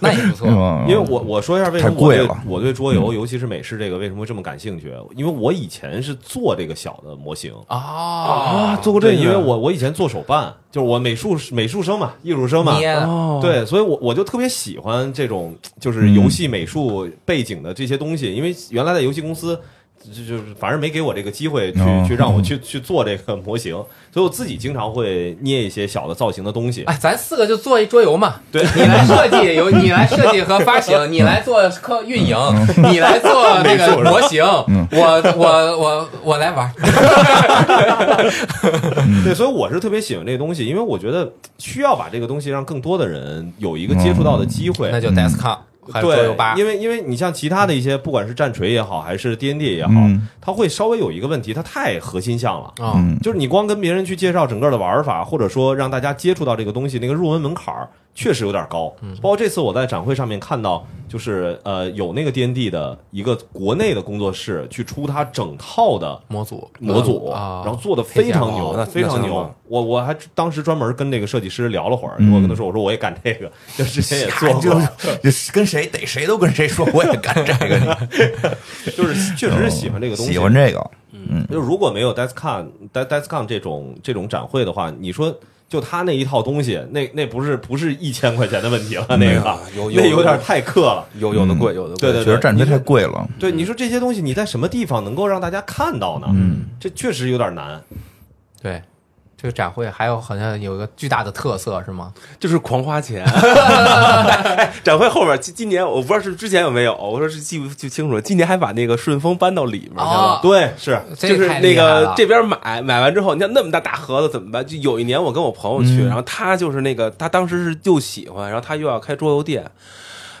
Speaker 4: 那也不错。
Speaker 2: 嗯，
Speaker 1: 因为我我说一下为什么
Speaker 2: 太
Speaker 1: 我
Speaker 2: 贵
Speaker 1: 对
Speaker 2: 了嗯
Speaker 1: 我对桌游，尤其是美式这个为什么这么感兴趣？因为我以前是做这个小的模型
Speaker 3: 啊
Speaker 4: 哦，
Speaker 1: 啊做过这因为我我以前做手办，就是我美术美术生嘛，艺术生嘛，
Speaker 4: 捏的
Speaker 3: 哦，
Speaker 1: 对，所以我我就特别喜欢这种
Speaker 2: 嗯
Speaker 1: 就是游戏美术背景的这些东西，因为原来在游戏公司。就就是反正没给我这个机会去、
Speaker 2: 哦
Speaker 1: 去让我去去做这个模型，所以我自己经常会捏一些小的造型的东西。
Speaker 4: 哎，咱四个就做一桌游嘛，对你来设计游，你来设计和发行，你来做客运营，你来做那个模型，我我我我来玩。
Speaker 2: 嗯
Speaker 1: 对，所以我是特别喜欢这个东西，因为我觉得需要把这个东西让更多的人有一个接触到
Speaker 2: 哦
Speaker 1: 的机会。
Speaker 4: 那就 Descon 还有桌游吧
Speaker 1: 对，，因为因为你像其他的一些，不管是战锤也好，还是 D N D 也好，
Speaker 2: 嗯
Speaker 1: 它会稍微有一个问题，它太核心向了。
Speaker 4: 啊，
Speaker 2: 嗯
Speaker 1: 就是你光跟别人去介绍整个的玩法，或者说让大家接触到这个东西，那个入门门槛儿确实有点高。包括这次我在展会上面看到，就是呃有那个 D N D 的一个国内的工作室去出它整套的
Speaker 4: 模组
Speaker 1: 模组，
Speaker 4: 啊，
Speaker 1: 然后做的非常
Speaker 3: 哦
Speaker 1: 牛，
Speaker 3: 那
Speaker 1: 非常
Speaker 3: 那相
Speaker 1: 牛
Speaker 3: 当。
Speaker 1: 我我还当时专门跟那个设计师聊了会儿，
Speaker 2: 嗯
Speaker 1: 我跟他说，我说我也干这个，就之前也 做过，
Speaker 2: 就是跟谁逮谁都跟谁说，我也干这个，你
Speaker 1: 就是确实是喜欢这个东西。
Speaker 2: 嗯喜欢这个，
Speaker 1: 就如果没有 Descon、Des Descon 这种这种展会的话，你说就他那一套东西，那那不是不是一千块钱的问 题了，那个
Speaker 3: 有有嗯
Speaker 1: 那有点太克了。
Speaker 3: 有有的贵，有的
Speaker 1: 对
Speaker 3: 贵
Speaker 1: 对
Speaker 2: 觉得战锤太贵了。
Speaker 1: 对，你说这些东西你在什么地方能够让大家看到呢？嗯，这确实有点难。
Speaker 4: 对。这个展会还有好像有一个巨大的特色是吗？
Speaker 3: 就是狂花 钱。哎展会后面今今年我不知道是之前有没有，我说是记不记不清楚了。今年还把那个顺丰搬到里面去了
Speaker 4: 哦。
Speaker 1: 对，是
Speaker 4: 这
Speaker 3: 就是
Speaker 4: 太
Speaker 3: 那
Speaker 4: 厉害
Speaker 3: 个
Speaker 4: 了
Speaker 3: 这边买买完之后，你看那么大大盒子怎么办？就有一年我跟我朋友
Speaker 4: 嗯
Speaker 3: 去，然后他就是那个他当时是又喜欢，然后他又要开桌游店，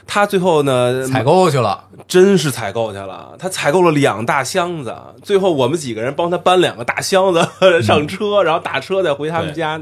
Speaker 3: 他最后呢
Speaker 1: 嗯
Speaker 4: 采购去了，
Speaker 3: 真是采购去了，他采购了两大箱子，最后我们几个人帮他搬两个大箱
Speaker 4: 嗯
Speaker 3: 子 上车，然后打车再回他们家，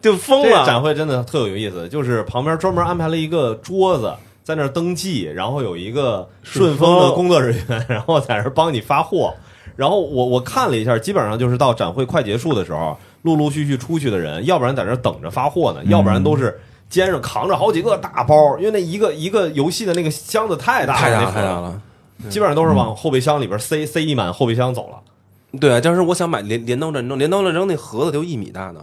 Speaker 3: 就疯
Speaker 1: 这个
Speaker 3: 了。
Speaker 1: 展会真的特有意思，就是旁边专门安排了一个桌子。在那儿登记，然后有一个顺丰的工作人员，然后在那儿帮你发货。然后我我看了一下，基本上就是到展会快结束的时候，陆陆续续出去的人，要不然在那儿等着发货
Speaker 3: 嗯
Speaker 1: 呢，要不然都是肩上扛着好几个大包，因为那一个一个游戏的那个箱子太大了，
Speaker 3: 太大
Speaker 1: 那
Speaker 3: 了，
Speaker 1: 盒
Speaker 3: 太大，了。嗯
Speaker 1: 基本上都是往后备箱里边塞塞一满后备箱走了。
Speaker 3: 对啊，当时我想买镰镰刀战争，镰刀战争那盒子得有一米大呢。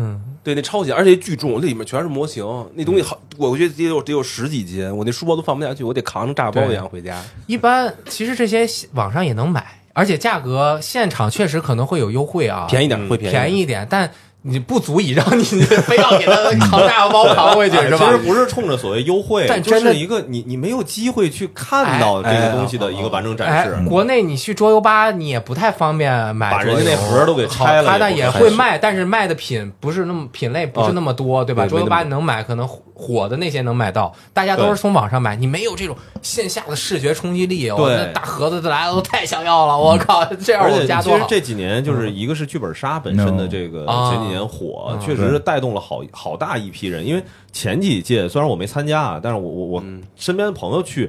Speaker 4: 嗯，
Speaker 3: 对，那超级，而且巨重，那里面全是模型，那东西好，我觉得得有得有十几斤，我那书包都放不下去，我得扛着炸包一样回家。啊
Speaker 4: 一般其实这些网上也能买，而且价格现场确实可能会有优惠啊，
Speaker 3: 嗯便宜点会便宜，
Speaker 4: 便宜一点，但你不足以让你非要给他扛大腰包扛 回去是
Speaker 1: 啊哎其实
Speaker 4: 吧？
Speaker 1: 不是冲着所谓优惠，
Speaker 4: 但
Speaker 1: 就
Speaker 4: 真的
Speaker 1: 是一个你你没有机会去看到这个东西的一个完整展
Speaker 4: 哎
Speaker 1: 示。，
Speaker 4: 国内你去桌游吧，你也不太方便买
Speaker 1: 把
Speaker 4: 桌游，
Speaker 1: 人家那盒儿都给拆了也
Speaker 4: 好它但
Speaker 1: 不
Speaker 4: 也
Speaker 1: 合适
Speaker 4: 会卖，但是卖的品不是那么品类
Speaker 1: 哦
Speaker 4: 不是那么多，对吧？
Speaker 3: 对
Speaker 4: 桌游吧
Speaker 3: 没那么
Speaker 4: 能买，可能火的那些能买到，大家都
Speaker 1: 对
Speaker 4: 是从网上买，你没有这种线下的视觉冲击力。我
Speaker 1: 对嗯
Speaker 4: 那大盒子来了都太想要了，我靠，这样
Speaker 1: 而
Speaker 4: 我
Speaker 1: 且
Speaker 4: 们家
Speaker 1: 其
Speaker 4: 多
Speaker 1: 实
Speaker 4: 好。
Speaker 1: 这几年
Speaker 4: 嗯
Speaker 1: 就是一个是剧本杀本身的这个
Speaker 4: No
Speaker 1: 前几年火
Speaker 4: 啊，
Speaker 1: 确实是带动了好好大一批人。因为前几届虽然我没参加啊，但是我我我
Speaker 4: 嗯
Speaker 1: 身边的朋友去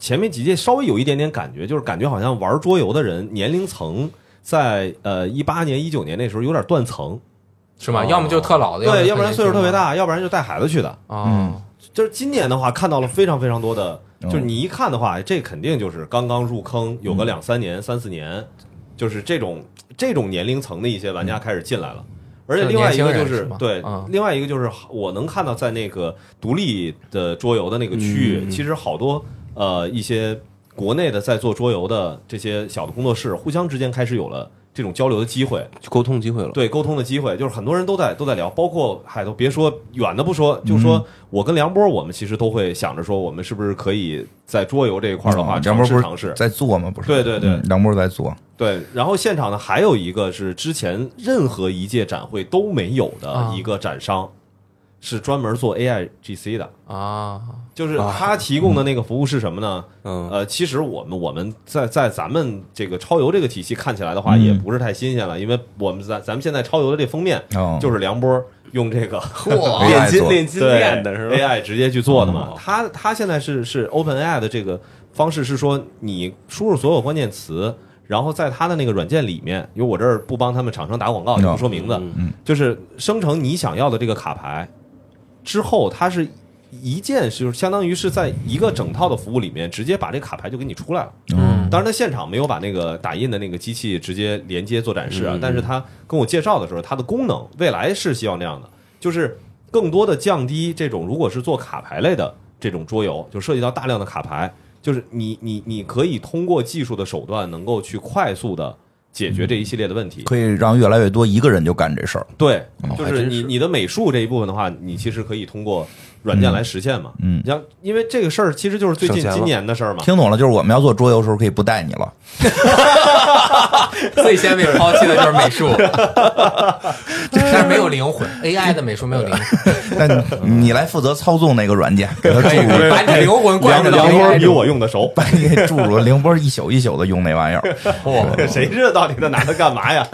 Speaker 1: 前面几届稍微有一点点感觉，就是感觉好像玩桌游的人年龄层在呃一八年一九年那时候有点断层，
Speaker 4: 是吗？要么就是特老的，
Speaker 1: 对，
Speaker 4: 要
Speaker 1: 要不
Speaker 4: 么就
Speaker 1: 然
Speaker 4: 是
Speaker 1: 岁数特别
Speaker 4: 年轻的
Speaker 1: 大，要嗯不然就带孩子去的。
Speaker 4: 啊。
Speaker 1: 就是今年的话，看到了非常非常多的，
Speaker 2: 嗯
Speaker 1: 就是你一看的话，哎这肯定就是刚刚入坑，有个两三年、三四年，就是这种这种年龄层的一些玩家开始进来了。而且另外一个就
Speaker 4: 嗯就是年轻人
Speaker 1: 是
Speaker 4: 是吗
Speaker 1: 对
Speaker 4: 嗯，
Speaker 1: 另外一个就是我能看到在那个独立的桌游的那个区
Speaker 4: 嗯
Speaker 1: 域，其实好多呃一些国内的在做桌游的这些小的工作室，互相之间开始有了这种交流的机会。
Speaker 3: 去沟通机会了。
Speaker 1: 对沟通的机会，就是很多人都在都在聊，包括海都别说远的不说，就
Speaker 2: 嗯
Speaker 1: 说我跟梁波，我们其实都会想着说，我们是不是可以在桌游这一块儿的话，
Speaker 2: 嗯梁
Speaker 1: 尝
Speaker 2: 波不
Speaker 1: 试
Speaker 2: 是
Speaker 1: 尝试。
Speaker 2: 在做吗？不是，
Speaker 1: 对对对
Speaker 2: 嗯梁波在做，
Speaker 1: 对，然后现场呢还有一个是之前任何一届展会都没有的
Speaker 4: 啊
Speaker 1: 一个展商，是专门做 AI GC 的，
Speaker 4: 啊，
Speaker 1: 就是他提供的那个服务是什么呢？
Speaker 3: 嗯，
Speaker 1: 呃，其实我们我们在在咱们这个超游这个体系看起来的话，
Speaker 2: 嗯
Speaker 1: 也不是太新鲜了，因为我们咱咱们现在超游的这封面
Speaker 2: 哦
Speaker 1: 就是梁波用这 个
Speaker 4: 嚯
Speaker 2: AI
Speaker 3: 哦炼金
Speaker 2: 做
Speaker 3: 炼金
Speaker 1: 对
Speaker 3: 炼的是吧？
Speaker 1: AI 直接去做的嘛。他他现在是是 OpenAI 的这个方式是说，你输入所有关键词，然后在他的那个软件里面，因为我这儿不帮他们厂商打广告，也不说名字，
Speaker 2: 嗯
Speaker 1: 就是生成你想要的这个卡牌之后，它是一键是就是相当于是在一个整套的服务里面直接把这卡牌就给你出来了。
Speaker 4: 嗯，
Speaker 1: 当然，他现场没有把那个打印的那个机器直接连接做展示
Speaker 3: 嗯
Speaker 1: 啊，但是他跟我介绍的时候，它的功能未来是希望那样的，就是更多的降低这种如果是做卡牌类的这种桌游，就涉及到大量的卡牌，就是你你你可以通过技术的手段，能够去快速的解决这一系列的问题。
Speaker 2: 可以让越来越多一个人就干这事儿。
Speaker 1: 对，
Speaker 3: 嗯哦还
Speaker 1: 就
Speaker 3: 真
Speaker 1: 是你
Speaker 3: 是
Speaker 1: 你的美术这一部分的话，你其实可以通过软件来实现嘛。
Speaker 2: 嗯嗯
Speaker 1: 你像因为这个事儿其实就是最近
Speaker 3: 省钱了
Speaker 1: 今年的事儿嘛。
Speaker 2: 听懂了，就是我们要做桌游的时候可以不带你了。
Speaker 4: 最先被抛弃的就是美 术，但是没有灵魂，AI 的美术没有灵魂，
Speaker 2: 那 你你来负责操纵那个软件，给它注入，
Speaker 4: 把你的灵魂
Speaker 1: 梁
Speaker 4: 灌
Speaker 2: 哎
Speaker 4: 入到
Speaker 1: 梁波
Speaker 4: AI
Speaker 1: 比
Speaker 4: 中。
Speaker 1: 我用的熟，
Speaker 2: 把你给注入。凌波一宿一宿的用那玩意儿，
Speaker 1: 谁知道到底他拿它干嘛呀？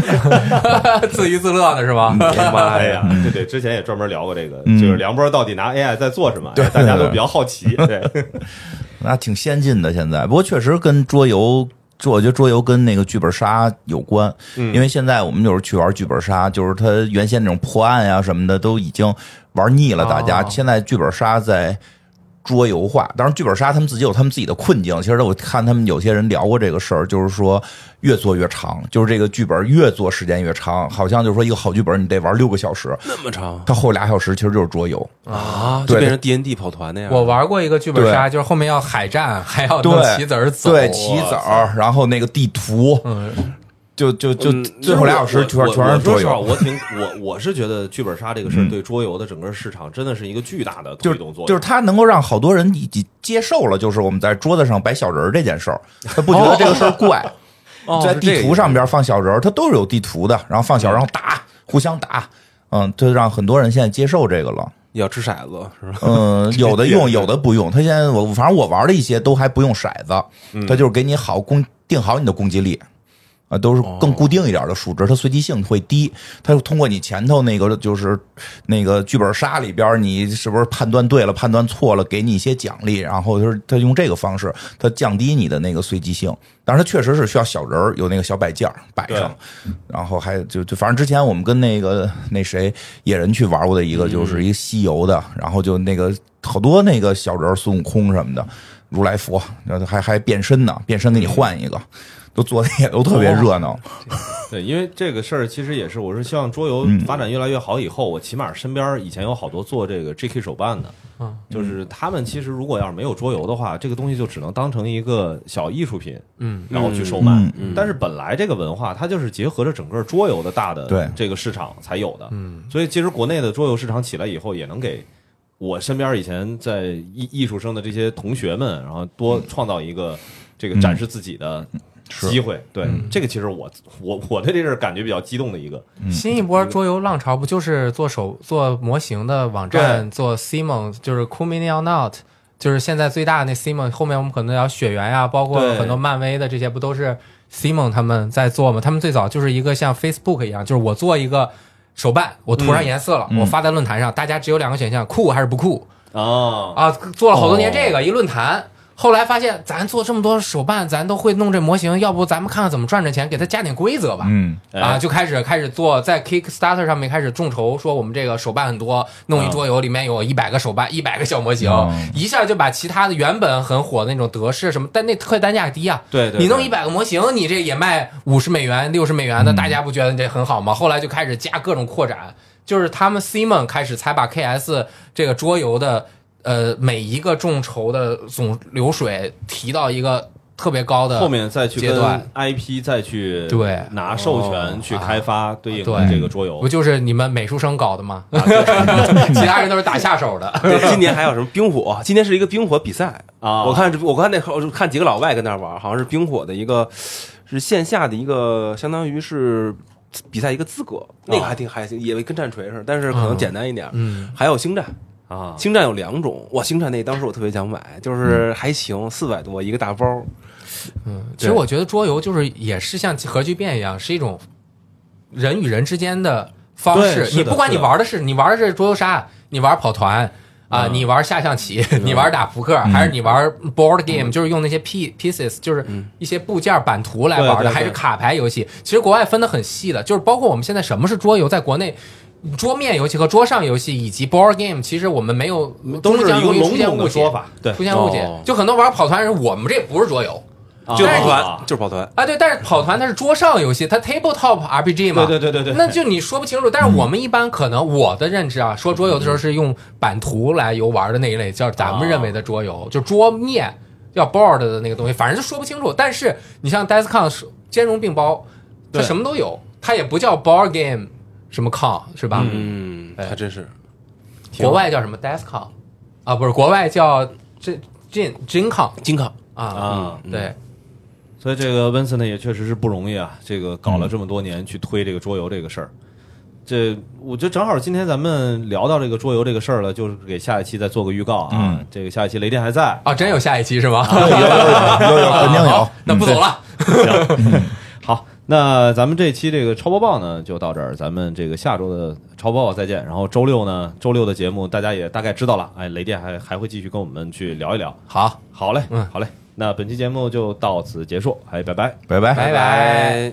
Speaker 4: 自娱自乐呢是吗？
Speaker 1: 妈呀！嗯对对，之前也专门聊过这个，
Speaker 2: 嗯
Speaker 1: 就是梁波到底拿 AI 在做什么，
Speaker 2: 对
Speaker 1: 大家都比较好 奇。对，
Speaker 2: 那挺先进的。现在不过确实跟桌游。这我觉得桌游跟那个剧本杀有关，因为现在我们有时候去玩剧本杀，就是它原先那种破案呀、什么的都已经玩腻了。大家、
Speaker 4: 哦
Speaker 2: 现在剧本杀在桌游化，当然剧本杀他们自己有他们自己的困境。其实我看他们有些人聊过这个事儿，就是说越做越长，就是这个剧本越做时间越长，好像就是说一个好剧本你得玩六个小时，
Speaker 3: 那么长
Speaker 2: 它后俩小时其实就是桌游。
Speaker 3: 啊，
Speaker 2: 对
Speaker 3: 就变成 D N D 跑团那样。
Speaker 4: 我玩过一个剧本杀，就是后面要海战，还要弄
Speaker 2: 对
Speaker 4: 棋子儿走，啊
Speaker 2: 对，棋子儿，然后那个地图，就就就
Speaker 3: 嗯
Speaker 2: 最后俩小时全
Speaker 1: 我
Speaker 2: 全
Speaker 1: 我
Speaker 2: 是
Speaker 1: 说
Speaker 2: 桌
Speaker 1: 实话，
Speaker 2: 游，
Speaker 1: 我挺我我是觉得剧本杀这个事儿对桌游的整个市场真的是一个巨大的
Speaker 2: 就
Speaker 1: 推
Speaker 2: 是
Speaker 1: 动作用。
Speaker 2: 就是它能够让好多人已经接受了，就是我们在桌子上摆小人儿这件事儿，他不觉得这个事儿怪。
Speaker 3: 哦是
Speaker 2: 在
Speaker 3: 这个
Speaker 2: 地
Speaker 3: 意
Speaker 2: 图
Speaker 3: 思
Speaker 2: 上边放小人儿，它都是有地图的，然后放小
Speaker 4: 嗯
Speaker 2: 人儿然后打，互相打。嗯，这让很多人现在接受这个了。
Speaker 3: 要掷骰子是吧？
Speaker 2: 嗯，有的用，有的不用。他现在我反正我玩的一些都还不用骰
Speaker 1: 嗯
Speaker 2: 子，他就是给你好攻定好你的攻击力。啊，都是更固定一点的数值，它随机性会低。它是通过你前头那个就是那个剧本杀里边，你是不是判断对了，判断错了，给你一些奖励，然后就是它用这个方式，它降低你的那个随机性。但是它确实是需要小人儿有那个小摆件儿摆上，然后还就就反正之前我们跟那个那谁野人去玩过的一个，就是一个西游的，然后就那个好多那个小人儿孙悟空什么的，如来佛，然后还还变身呢，变身给你换一个。都做的也都特别热闹，
Speaker 1: 对，因为这个事儿其实也是，我是希望桌游发展越来越好以后，我起码身边以前有好多做这个 GK 手办的，
Speaker 4: 嗯，
Speaker 1: 就是他们其实如果要是没有桌游的话，这个东西就只能当成一个小艺术品，嗯，然后去售卖。
Speaker 2: 嗯
Speaker 1: 但是本来这个文化它就是结合着整个桌游的大
Speaker 2: 对
Speaker 1: 的呃这个市场才有的，嗯，所以其实国内的桌游市场起来以后，也能给。我身边以前在艺艺术生的这些同学们，然后多创造一
Speaker 4: 嗯
Speaker 1: 个这个展示自己的机会。对，这个其实我我我对这事儿感觉比较激动的嗯一个。
Speaker 4: 新一波桌游浪潮不就是做手做模型的网站，做 Simon 就是 Cool Mini or Not，就是现在最大的那 Simon。后面我们可能聊雪原呀、包括
Speaker 1: 对
Speaker 4: 很多漫威的这些，不都是 Simon 他们在做吗？他们最早就是一个像 Facebook 一样，就是我做一个手办，我涂上颜色
Speaker 1: 嗯
Speaker 4: 了，我发在论坛上，大家只有两个选项，酷还是不酷
Speaker 1: 哦，
Speaker 4: 啊？做了好多年这个、一论坛。后来发现，咱做这么多手办，咱都会弄这模型，要不咱们看看怎么赚这钱，给它加点规则吧。
Speaker 2: 嗯，
Speaker 4: 啊，
Speaker 1: 哎
Speaker 4: 就开始开始做，在 Kickstarter 上面开始众筹，说我们这个手办很多，
Speaker 1: 嗯
Speaker 4: 弄一桌游，里面有一百个手办，一百个小模型
Speaker 2: 嗯，
Speaker 4: 一下就把其他的原本很火的那种德式什么，但那特单价低啊。
Speaker 1: 对对
Speaker 4: 你弄
Speaker 1: 对嗯
Speaker 4: 一百个模型，你这也卖五十美元、六十美元的，大家不觉得这很好吗？后来就开始加各种扩展，就是他们 Simon 开始才把 KS 这个桌游的呃每一个众筹的总流水提到一个特别高的
Speaker 1: 后面再去
Speaker 4: 阶段
Speaker 1: 跟 IP 再去
Speaker 4: 对哦
Speaker 1: 拿授权去开发对应的
Speaker 4: 对
Speaker 1: 这个桌游啊
Speaker 4: 不。就是你们美术生搞的吗？ 其他人都是打下手的。
Speaker 3: 对，今年还有什么冰火？今年是一个冰火比赛
Speaker 1: 啊
Speaker 3: 我看这，我看那我就看几个老外跟那儿玩，好像是冰火的一个，是线下的一个，相当于是比赛一个资格，那个还挺还行，也跟战锤似的，但是可能简单一点。
Speaker 4: 嗯，
Speaker 3: 还有星战，
Speaker 1: 啊，
Speaker 3: 星战有两种，哇，星战那当时我特别想买，就是还行，四百多一个大包，
Speaker 4: 其实我觉得桌游就是也是像核聚变一样，是一种人与人之间的方
Speaker 1: 对
Speaker 4: 式
Speaker 1: 是。的
Speaker 4: 你不管你
Speaker 1: 是的
Speaker 4: 玩的是你玩的是桌游杀，你玩跑团
Speaker 1: 嗯
Speaker 4: 啊，你玩下象棋， 你玩打扑克，还是你玩
Speaker 1: 嗯
Speaker 4: board game，就是用那些 p pieces，就是一些部件版图来
Speaker 1: 对
Speaker 4: 玩的，
Speaker 1: 对对
Speaker 4: 还是卡牌游戏。其实国外分的很细的，就是包括我们现在什么是桌游，在国内。桌面游戏和桌上游戏以及 board game，其实我们没有
Speaker 1: 都是
Speaker 4: 中间
Speaker 1: 一个
Speaker 4: 容易出
Speaker 1: 笼
Speaker 4: 现
Speaker 1: 统
Speaker 4: 误
Speaker 1: 的
Speaker 4: 解
Speaker 1: 说法。对，
Speaker 4: 出现误解
Speaker 3: 哦，
Speaker 4: 就很多玩跑团人，我们这不是桌游
Speaker 1: 啊
Speaker 3: 就是跑
Speaker 4: 但是
Speaker 3: 团，就是跑团。
Speaker 4: 啊，对，但是跑团它是桌上游戏，它 tabletop RPG 嘛，
Speaker 1: 对对对对对
Speaker 4: 那就你说不清楚。但是我们一般可能我的认知啊，说桌游的时候是用版图来游玩的那一类，叫咱们认为的桌游，就桌面要 board 的那个东西，反正就说不清楚。但是你像 DiceCon 是兼容并包，它
Speaker 1: 对
Speaker 4: 什么都有，它也不叫 board game 什么 con 是吧？
Speaker 3: 嗯，还真是
Speaker 4: 国外叫什么 DiceCon 啊，不是国外叫这 Jin Jin con
Speaker 3: 金卡
Speaker 4: 啊
Speaker 1: 啊
Speaker 4: 嗯对。
Speaker 1: 所以这个 Vincent 也确实是不容易啊，这个搞了这么多年去推这个桌游这个事儿。这我觉得正好今天咱们聊到这个桌游这个事儿了，就是给下一期再做个预告啊。这个下一期雷电还在，
Speaker 4: 哦，真有下一期是吗？
Speaker 2: 有有有有有肯定有
Speaker 4: 好，那不走了。
Speaker 1: 好，那咱们这期这个超播报呢就到这儿，咱们这个下周的超播报再见。然后周六呢，周六的节目大家也大概知道了，哎，雷电还还会继续跟我们去聊一聊。
Speaker 4: 好，
Speaker 1: 好嘞，
Speaker 4: 嗯
Speaker 1: 好嘞，那本期节目就到此结束，哎，拜拜。
Speaker 2: 嗯拜拜。
Speaker 4: 拜拜。